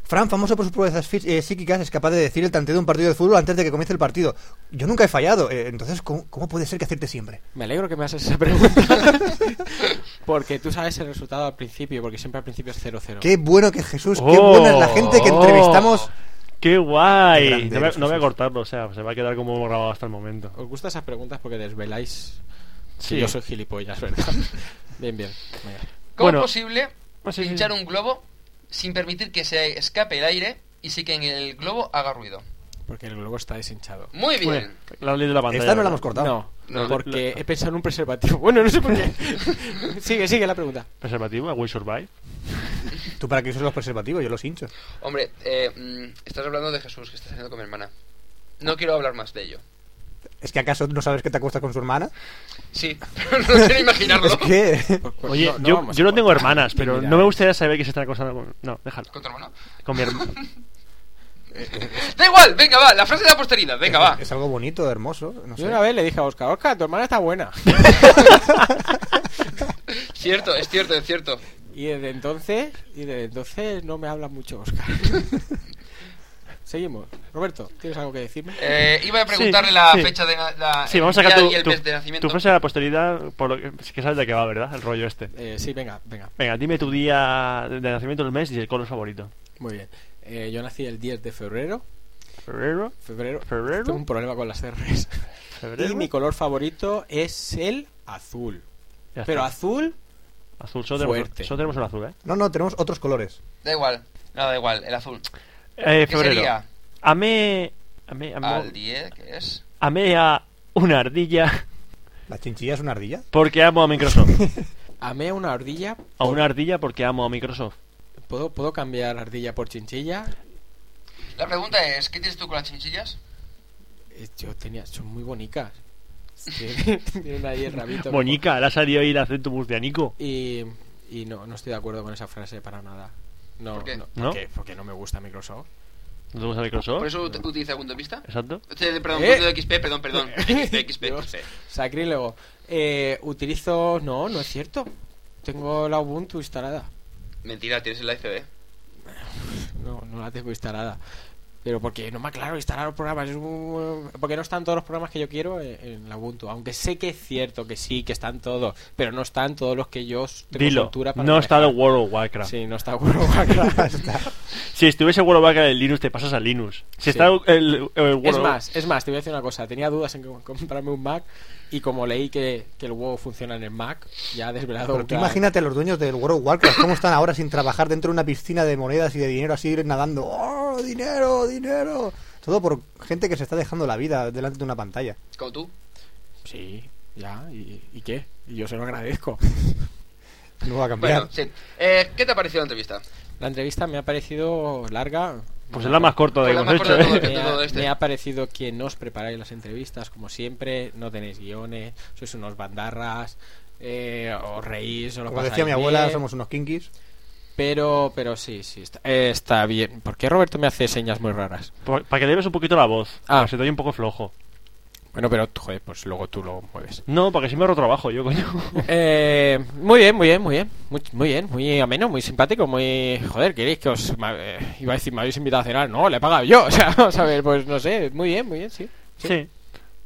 B: Fran, famoso por sus proezas fí- eh, psíquicas, es capaz de decir el tanteo de un partido de fútbol antes de que comience el partido. Yo nunca he fallado, eh, entonces, ¿cómo, cómo puede ser que acierte siempre?
D: Me alegro que me haces esa pregunta. porque tú sabes el resultado al principio, porque siempre al principio es 0-0.
B: Qué bueno que es Jesús, qué
A: Oh,
B: buena es la gente que
A: oh.
B: entrevistamos.
A: ¡Qué
B: Qué
A: guay!
B: grande
A: No voy,
B: eres,
A: no voy a
B: Jesús.
A: cortarlo, o sea, se va a quedar como hemos grabado hasta el momento.
D: ¿Os gustan esas preguntas porque desveláis
A: Sí.
D: que yo soy gilipollas, ¿verdad? bien, bien. venga.
C: ¿Cómo
A: Bueno.
C: es posible
A: Ah, sí, sí,
C: pinchar
A: sí.
C: un globo sin permitir que se escape el aire y sí que en el globo haga ruido?
D: Porque el globo está deshinchado.
C: Muy bien.
A: Bueno, la ley de la pantalla.
B: Esta no la
A: ¿verdad?
B: hemos cortado.
D: No,
C: No.
D: porque he pensado en un preservativo. Bueno, no sé por qué. sigue, sigue la pregunta.
A: Preservativo, I Will Survive.
B: ¿Tú para qué usas los preservativos? Yo los hincho.
C: Hombre, eh, mm, estás hablando de Jesús, que estás haciendo con mi hermana. No quiero hablar más de ello.
B: ¿Es que acaso no sabes que te acuestas con su hermana?
C: Sí, pero no quiero imaginarlo.
B: Es que...
D: Pues- pues
A: Oye,
D: no- no
A: yo,
D: vamos
A: yo
D: a
A: no tengo
D: cortar.
A: hermanas, pero
D: Mira, eh.
A: no me gustaría saber que se están acosando con... No, déjalo.
C: ¿Con tu hermano?
A: Con mi hermana.
C: Da igual, venga, va, la frase de la posteridad, venga, va.
B: Es algo bonito, hermoso. No
D: Yo
B: sé.
D: una vez le dije a Oscar, Oscar, tu hermana está buena.
C: Cierto, es cierto, es cierto.
D: Y desde entonces, y desde entonces no me habla mucho Oscar. Seguimos. Roberto, ¿tienes algo que decirme?
C: Eh, iba a
A: Sí,
C: preguntarle la
A: sí.
C: fecha de na- la,
A: Sí, vamos a
C: el
A: sacar
C: día
A: tu,
C: y el
A: tu-
C: mes de nacimiento.
A: tu frase de la posteridad, por lo que, que sabes de qué va, ¿verdad? El rollo este.
D: Eh, sí, venga, venga.
A: Venga, dime tu día de nacimiento, el mes y el color favorito.
D: Muy bien. Eh, yo nací el 10 de febrero.
A: ¿Febrero?
D: Febrero.
A: ¿Febrero?
D: Tengo un problema con las R's.
A: ¿Febrero?
D: Y mi color favorito es el azul.
A: Ya está.
D: Pero azul,
A: azul. Solo tenemos,
D: fuerte.
A: solo tenemos un azul, ¿eh?
B: No, no, tenemos otros colores.
C: Da igual, no, da igual, el azul.
A: Eh,
C: ¿Qué
A: febrero.
C: sería?
A: Amé... Amé... Amé...
C: Al 10, que es?
A: amé a una ardilla
B: ¿La chinchilla es una ardilla?
A: porque amo a Microsoft.
D: amé una ardilla.
A: A una ardilla porque amo a Microsoft.
D: ¿Puedo, ¿Puedo cambiar ardilla por chinchilla?
C: La pregunta es, ¿qué tienes tú con las chinchillas?
D: Eh, Yo tenía... Son muy bonicas. Tienen tienen ahí el rabito. como-
A: Bonica, la salió ahí el acento murcianico.
D: Y, y no, no estoy de acuerdo con esa frase para nada. No,
C: ¿Por qué?
D: no,
A: ¿No?
D: Porque, porque no me gusta Microsoft.
A: ¿No te gusta Microsoft?
C: ¿Por eso te- utiliza Windows Vista?
A: Exacto.
C: Eh, Perdón,
D: ¿Eh?
C: Windows XP, perdón, perdón. XP, XP,
D: Dios.
C: XP.
D: Sacrílego. Eh, utilizo. No, no es cierto. Tengo la Ubuntu instalada.
C: Mentira, tienes el ACD.
D: No, no la tengo instalada. Pero porque no me aclaro instalar los programas. es un- Porque no están todos los programas que yo quiero en, en la Ubuntu. Aunque sé que es cierto que sí, que están todos. Pero no están todos los que yo s- tengo
A: Dilo,
D: soltura para
A: no está el
D: manejar.
A: World of Warcraft.
D: Sí, no está World of Warcraft.
A: Si estuviese World of Warcraft en Linux, te pasas a Linux. Si
D: Sí.
A: está el, el- el World
D: Es
A: of-
D: más, es más, te voy a decir una cosa. Tenía dudas en com- comprarme un Mac y como leí que, que el WoW funciona en el Mac, ya he desvelado.
B: Pero tú
D: otra-
B: imagínate a los dueños del World of Warcraft cómo están ahora sin trabajar dentro de una piscina de monedas y de dinero así nadando. ¡Oh, dinero, dinero! Todo por gente que se está dejando la vida delante de una pantalla.
C: Como tú.
D: Sí, ya. ¿Y, y qué? Y yo se lo agradezco.
B: No va a cambiar.
C: Bueno, sí. Eh, ¿Qué te ha parecido la entrevista?
D: La entrevista me ha parecido larga.
A: Pues es la más corta
C: Pues
A: de que
C: la
A: hemos
C: más
A: hecho,
C: corta de
A: ¿eh?
C: todas.
D: me
C: todo
D: ha,
C: este.
D: me ha parecido que no os preparáis las entrevistas, como siempre, no tenéis guiones, sois unos bandarras, eh, os reís, os lo
B: Como
D: pasáis
B: decía mi abuela,
D: bien,
B: somos unos kinkis.
D: Pero, pero sí, sí, está, eh, está bien. ¿Por qué Roberto me hace señas muy raras?
A: Pa- Para que le veas un poquito la voz.
D: Ah.
A: Ah. Se te oye un poco flojo.
D: Bueno, pero, joder, pues luego tú lo mueves.
A: No, porque si me ahorro trabajo yo, coño.
D: Eh, muy bien, muy bien, muy bien. Muy, muy bien, muy ameno, muy simpático, muy... Joder, ¿queréis que os... ma- eh, iba a decir, me habéis invitado a cenar. No, le he pagado yo. O sea, vamos a ver, pues no sé. Muy bien, muy bien, sí.
A: Sí.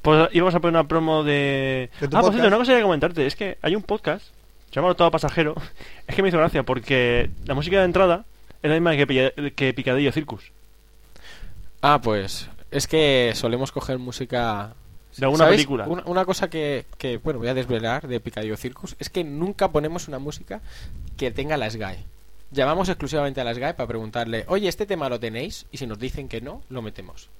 A: Pues íbamos a poner una promo de.
B: De tu
A: ah, por cierto,
B: podcast.
A: una cosa que comentarte. Es que hay un podcast. Se llama Todo Pasajero. Es que me hizo gracia porque la música de entrada es la misma que, Pilla- que Picadillo Circus.
D: Ah, pues es que solemos coger música...
A: De alguna
D: ¿Sabéis?
A: película.
D: Una, una cosa que, que, bueno, voy a desvelar de Picadillo Circus es que nunca ponemos una música que tenga la SGAE. Llamamos exclusivamente a la SGAE para preguntarle, oye, ¿este tema lo tenéis? Y si nos dicen que no, lo metemos.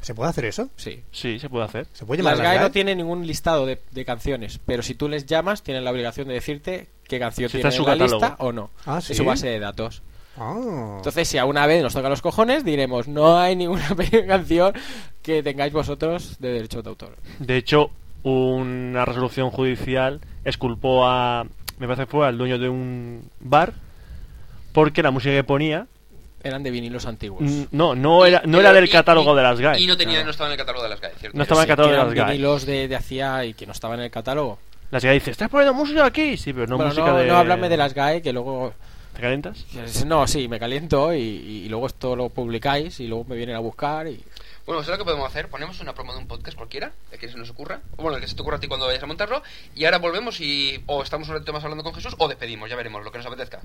B: ¿Se puede hacer eso?
D: Sí.
A: Sí, se puede hacer.
B: ¿Se puede llamar
D: Las
B: a
D: GAE no
B: GAE?
D: tiene ningún listado de, de canciones, pero si tú les llamas, tienen la obligación de decirte qué canción
A: Si
D: tiene
A: está en su
D: la
A: catálogo.
D: lista o no.
B: Ah,
D: En
B: ¿sí?
D: su base de datos.
B: Ah.
D: Entonces, si a una vez nos toca los cojones, diremos, no hay ninguna canción que tengáis vosotros de derecho de autor.
A: De hecho, una resolución judicial exculpó a. Me parece que fue al dueño de un bar. Porque la música que ponía.
D: Eran de vinilos antiguos.
A: mm, No, no era, no
C: Pero
A: era del
C: y-
A: catálogo
C: y-
A: de las GAE.
C: Y no, tenía,
D: claro.
C: no estaba en el catálogo de las GAE, ¿cierto?
A: No estaba en el
D: Que
A: catálogo de
D: eran
A: las GAE.
D: vinilos de, de hacía y que no estaban en el catálogo.
A: Las GAE dice: ¿Estás poniendo música aquí? Sí, pero no
D: Bueno,
A: música
D: no,
A: de.
D: no hablarme de las GAE, que luego...
A: ¿Te calentas?
D: No, sí, me caliento y, y luego esto lo publicáis y luego me vienen a buscar y...
C: Bueno, ¿sabes lo que podemos hacer? Ponemos una promo de un podcast cualquiera, el que se nos ocurra, o bueno, el que se te ocurra a ti cuando vayas a montarlo, y ahora volvemos y o estamos un ratito más hablando con Jesús o despedimos, ya veremos lo que nos apetezca.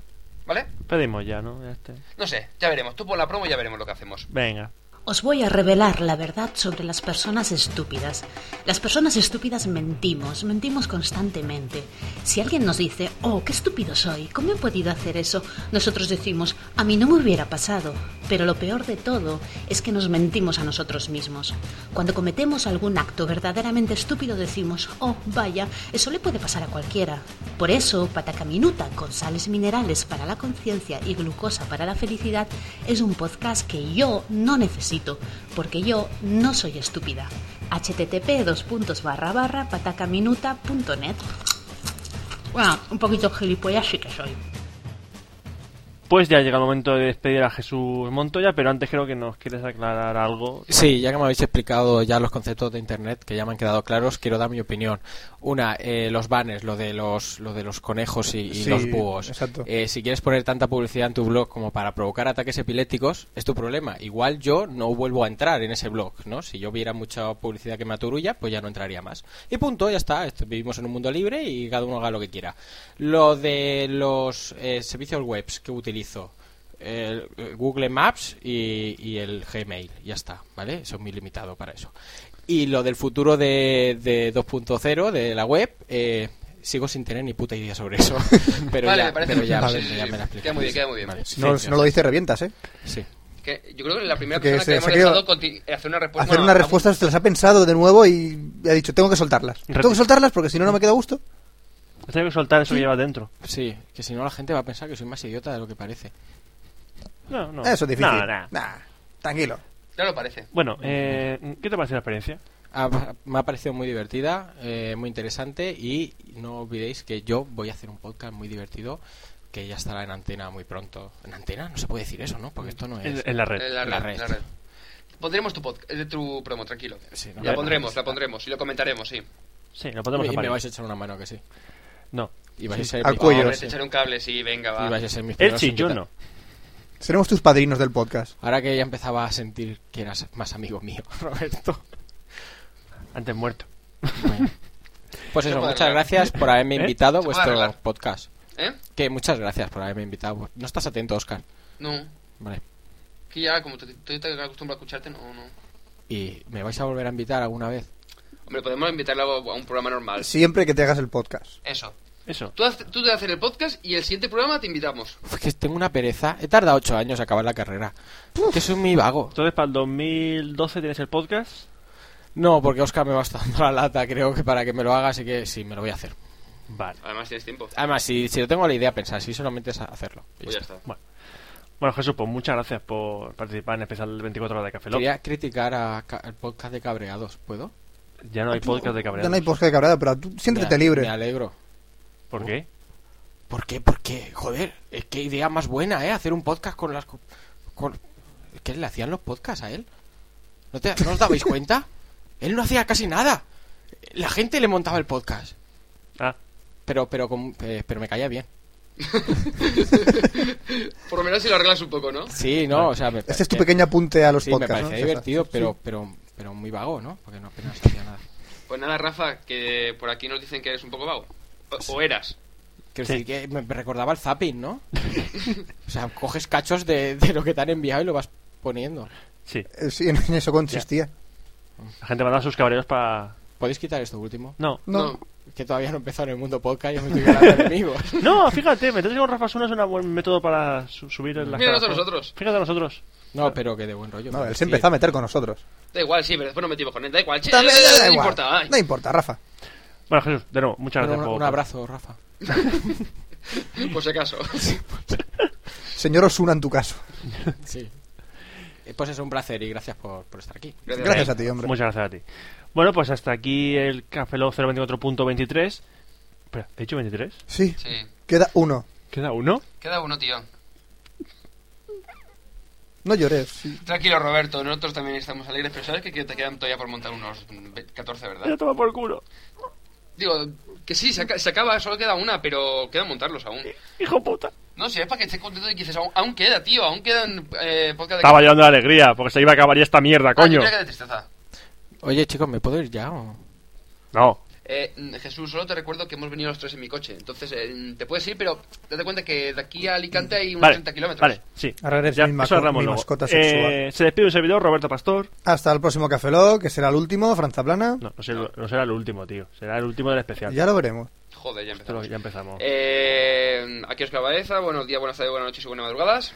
C: ¿Vale?
A: Pedimos ya, ¿no? Ya está.
C: No sé, ya veremos. Tú pon la promo y ya veremos lo que hacemos.
A: Venga.
F: Os voy a revelar la verdad sobre las personas estúpidas. Las personas estúpidas mentimos, mentimos constantemente. Si alguien nos dice, oh, qué estúpido soy, ¿cómo he podido hacer eso? Nosotros decimos, a mí no me hubiera pasado. Pero lo peor de todo es que nos mentimos a nosotros mismos. Cuando cometemos algún acto verdaderamente estúpido decimos, oh, vaya, eso le puede pasar a cualquiera. Por eso, Patacaminuta, con sales minerales para la conciencia y glucosa para la felicidad, es un podcast que yo no necesito, porque yo no soy estúpida. http dos puntos barra barra patacaminuta.net Bueno, un poquito gilipollas sí que soy.
A: Pues ya llega el momento de despedir a Jesús Montoya, pero antes creo que nos quieres aclarar algo.
D: Sí, ya que me habéis explicado ya los conceptos de Internet que ya me han quedado claros, quiero dar mi opinión. Una, eh, los banners, lo de los, lo de los conejos y, y
B: Sí,
D: los búhos.
B: exacto.
D: Eh, si quieres poner tanta publicidad en tu blog como para provocar ataques epiléticos, es tu problema. Igual yo no vuelvo a entrar en ese blog, ¿no? Si yo viera mucha publicidad que me aturulla, pues ya no entraría más. Y punto, ya está. Esto- Vivimos en un mundo libre y cada uno haga lo que quiera. Lo de los eh, servicios webs que utilizo el el Google Maps y, y el Gmail. Ya está, ¿vale? Eso es muy limitado para eso. Y lo del futuro de, de 2.0 de la web, eh, sigo sin tener ni puta idea sobre eso. pero
C: Vale,
D: ya,
C: me parece
D: pero
C: bien.
D: ya,
C: Vale.
D: sí, ya me la explico.
C: Queda muy bien, queda muy bien.
D: Vale,
B: Si no,
D: sí, Pues
B: si no lo dices, revientas, ¿eh?
D: sí.
C: Que yo creo que la primera
B: Que
C: persona
B: se-
C: que
B: se
C: hemos
B: ha quedado-
C: dejado conti- eh, hacer una respuesta.
B: Hacer unas respuestas te las ha pensado de nuevo y ha dicho, tengo que soltarlas. Tengo
A: Repite.
B: que soltarlas porque si no, no me queda gusto.
A: Tengo que soltar eso que llevas dentro.
D: Sí, que si no la gente va a pensar que soy más idiota de lo que parece.
A: No, no.
B: Eso es difícil.
A: No, no.
B: Nah, tranquilo.
C: Ya lo parece.
A: Bueno, eh, ¿qué te parece la experiencia?
D: Ha- Ah, me ha parecido muy divertida, eh, muy interesante y no olvidéis que yo voy a hacer un podcast muy divertido que ya estará en antena muy pronto. ¿En antena? No se puede decir eso, ¿no? Porque esto no
A: En,
D: es...
A: en la red.
C: En la,
D: La
C: red,
D: red.
C: la red. Pondremos tu, podcast, eh, tu promo, tranquilo.
D: Sí, no,
C: la
D: no,
C: pondremos,
D: no.
C: la pondremos y lo comentaremos, sí.
A: Sí, lo podemos
D: y me
A: apagar.
D: vais a echar una mano que sí.
A: No.
D: Y vais a ser
B: al
D: mis-
B: cuello.
D: Hombre,
C: Hombre, te echaré un cable, sí, venga, va.
D: Y vais a ser mis
A: Él
D: primeros
A: sí, yo no.
D: invitados.
B: Seremos tus padrinos del podcast.
D: Ahora que ya empezaba a sentir que eras más amigo mío, Roberto.
A: Antes muerto.
D: Bueno. Pues
C: Se
D: eso,
C: puede
D: muchas
C: arreglar.
D: gracias por haberme
A: ¿Eh?
D: invitado a
C: Se puede
D: vuestro
C: arreglar.
D: podcast.
C: ¿Eh?
D: Que muchas gracias por haberme invitado. Pues, No estás atento, Oscar.
C: No.
D: Vale.
C: Que ya, como te- estoy tan acostumbrado a escucharte, no, no.
D: ¿Y me vais a volver a invitar alguna vez?
C: Hombre, podemos invitarla a a un programa normal.
B: Siempre que te hagas el podcast.
C: Eso.
A: Eso.
C: Tú, haz- tú te haces el podcast y el siguiente programa te invitamos.
D: Uf, que tengo una pereza. He tardado ocho años en acabar la carrera. Que soy muy vago.
A: Entonces, para el 2012 tienes el podcast.
D: No, porque Oscar me va dando la lata, creo que para que me lo haga, así que sí, me lo voy a hacer.
A: Vale.
C: Además tienes tiempo.
D: Además, si, si lo tengo la idea pensada, si solamente es hacerlo. Y
C: Pues ya
D: ya está.
C: está.
A: Bueno, Jesús, pues muchas gracias por participar en especial 24 horas de Café Lock.
D: Quería criticar a ca- al podcast de Cabreados, ¿puedo?
A: Ya no hay podcast de cabreados.
B: Ya no hay podcast de cabreado, pero tú siéntete
D: Me-
B: libre.
D: Me alegro.
A: ¿Por qué?
D: ¿Por qué? ¿Por qué? Joder, es que idea más buena, ¿eh? Hacer un podcast con las... co- Con... ¿Qué le hacían los podcasts a él? ¿No, te- ¿No os dabais cuenta? Él no hacía casi nada. La gente le montaba el podcast.
A: Ah,
D: Pero, pero, con- eh, pero me caía bien.
C: Por lo menos si lo arreglas un poco, ¿no?
D: Sí, no, o sea... Me,
B: Este es tu
D: eh,
B: pequeño apunte a los
D: sí,
B: podcasts.
D: me
B: ¿no?
D: parecía
B: Ya está.
D: divertido,
B: Sí.
D: pero, pero, pero muy vago, ¿no? Porque no apenas hacía nada.
C: Pues nada, Rafa, que por aquí nos dicen que eres un poco vago. O, o eras.
D: Quiero
A: Sí.
D: decir que me me recordaba el zapping, ¿no? o sea, coges cachos de, de lo que te han enviado y lo vas poniendo.
A: sí.
B: Eh, Sí, en en eso consistía.
A: La gente manda sus cabreos para.
D: ¿Podéis quitar esto último?
A: No.
B: No.
D: que todavía no empezó en el mundo podcast, yo me estoy ganando enemigos.
A: No, fíjate, meterse con Rafa Suna es un buen método para su- subir las
E: Míranos a
A: caras.
E: nosotros.
A: Fíjate a nosotros.
D: No, pero que de buen rollo.
B: No,
D: porque
B: él se
D: sí,
B: empezó a meter con nosotros.
E: Da igual, sí, pero después nos metimos con él. Da igual, sí,
B: También,
E: eh,
B: da
E: no
B: igual.
E: importa. ay.
B: No importa, Rafa.
A: Bueno, Jesús, de nuevo, muchas
D: Bueno, un,
A: gracias por...
D: un abrazo, Rafa.
E: Por si acaso.
B: Señor Osuna, en tu caso.
D: Sí. Eh, Pues es un placer y gracias por, por estar aquí.
B: Gracias a ti, hombre.
A: Muchas gracias a ti. Bueno, pues hasta aquí el Café Lock 024.23. Espera, ¿he dicho 23?
B: Sí,
C: Sí.
B: queda uno.
A: ¿Queda uno?
C: Queda uno, tío.
B: No llores. sí.
C: Tranquilo, Roberto. Nosotros también estamos alegres, pero sabes que que te quedan todavía por montar unos mm, ve- 14,
A: Ya
C: ¿verdad?
A: toma por culo.
E: Digo, que sí, se, aca- se acaba, solo queda una, pero quedan montarlos aún.
A: Hijo puta.
C: No, si es para que estés contento y que dices, aún, aún queda, tío, aún quedan eh, podcast de...
A: Estaba llevando la alegría, porque se iba a acabar ya esta mierda,
C: Ah, yo
A: coño.
C: creía que de tristeza.
D: Oye, chicos, ¿me puedo ir ya o...?
A: No.
C: Eh, mm, Jesús, solo te recuerdo que hemos venido los tres en mi coche. Entonces, eh, te puedes ir, pero date cuenta que de aquí a Alicante hay unos
A: Vale,
C: 30 kilómetros.
A: vale, sí.
B: Ahora eres
A: Ya,
B: mi, maco-
A: eso hablamos
B: mi
A: luego.
B: mascota sexual.
A: Eh, se despide un servidor, Roberto Pastor.
B: Hasta el próximo Café Lock, que será el último, Franza Plana.
A: No, no, será, no será el último, tío. Será el último del especial.
B: Ya lo veremos.
C: Joder, ya
A: Esto lo-
C: empezamos.
A: ya empezamos.
C: Eh, aquí os cabeza, buenos días, buenas tardes, buenas noches y buenas madrugadas.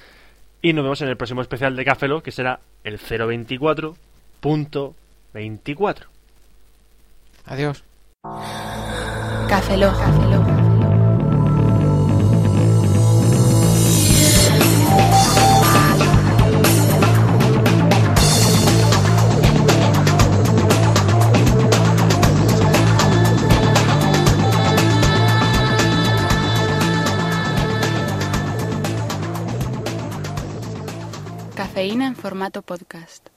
A: Y nos vemos en el próximo especial de Café Lock, que será el 024.24.
D: Adiós.
G: Café Lock. Cafeína en formato podcast.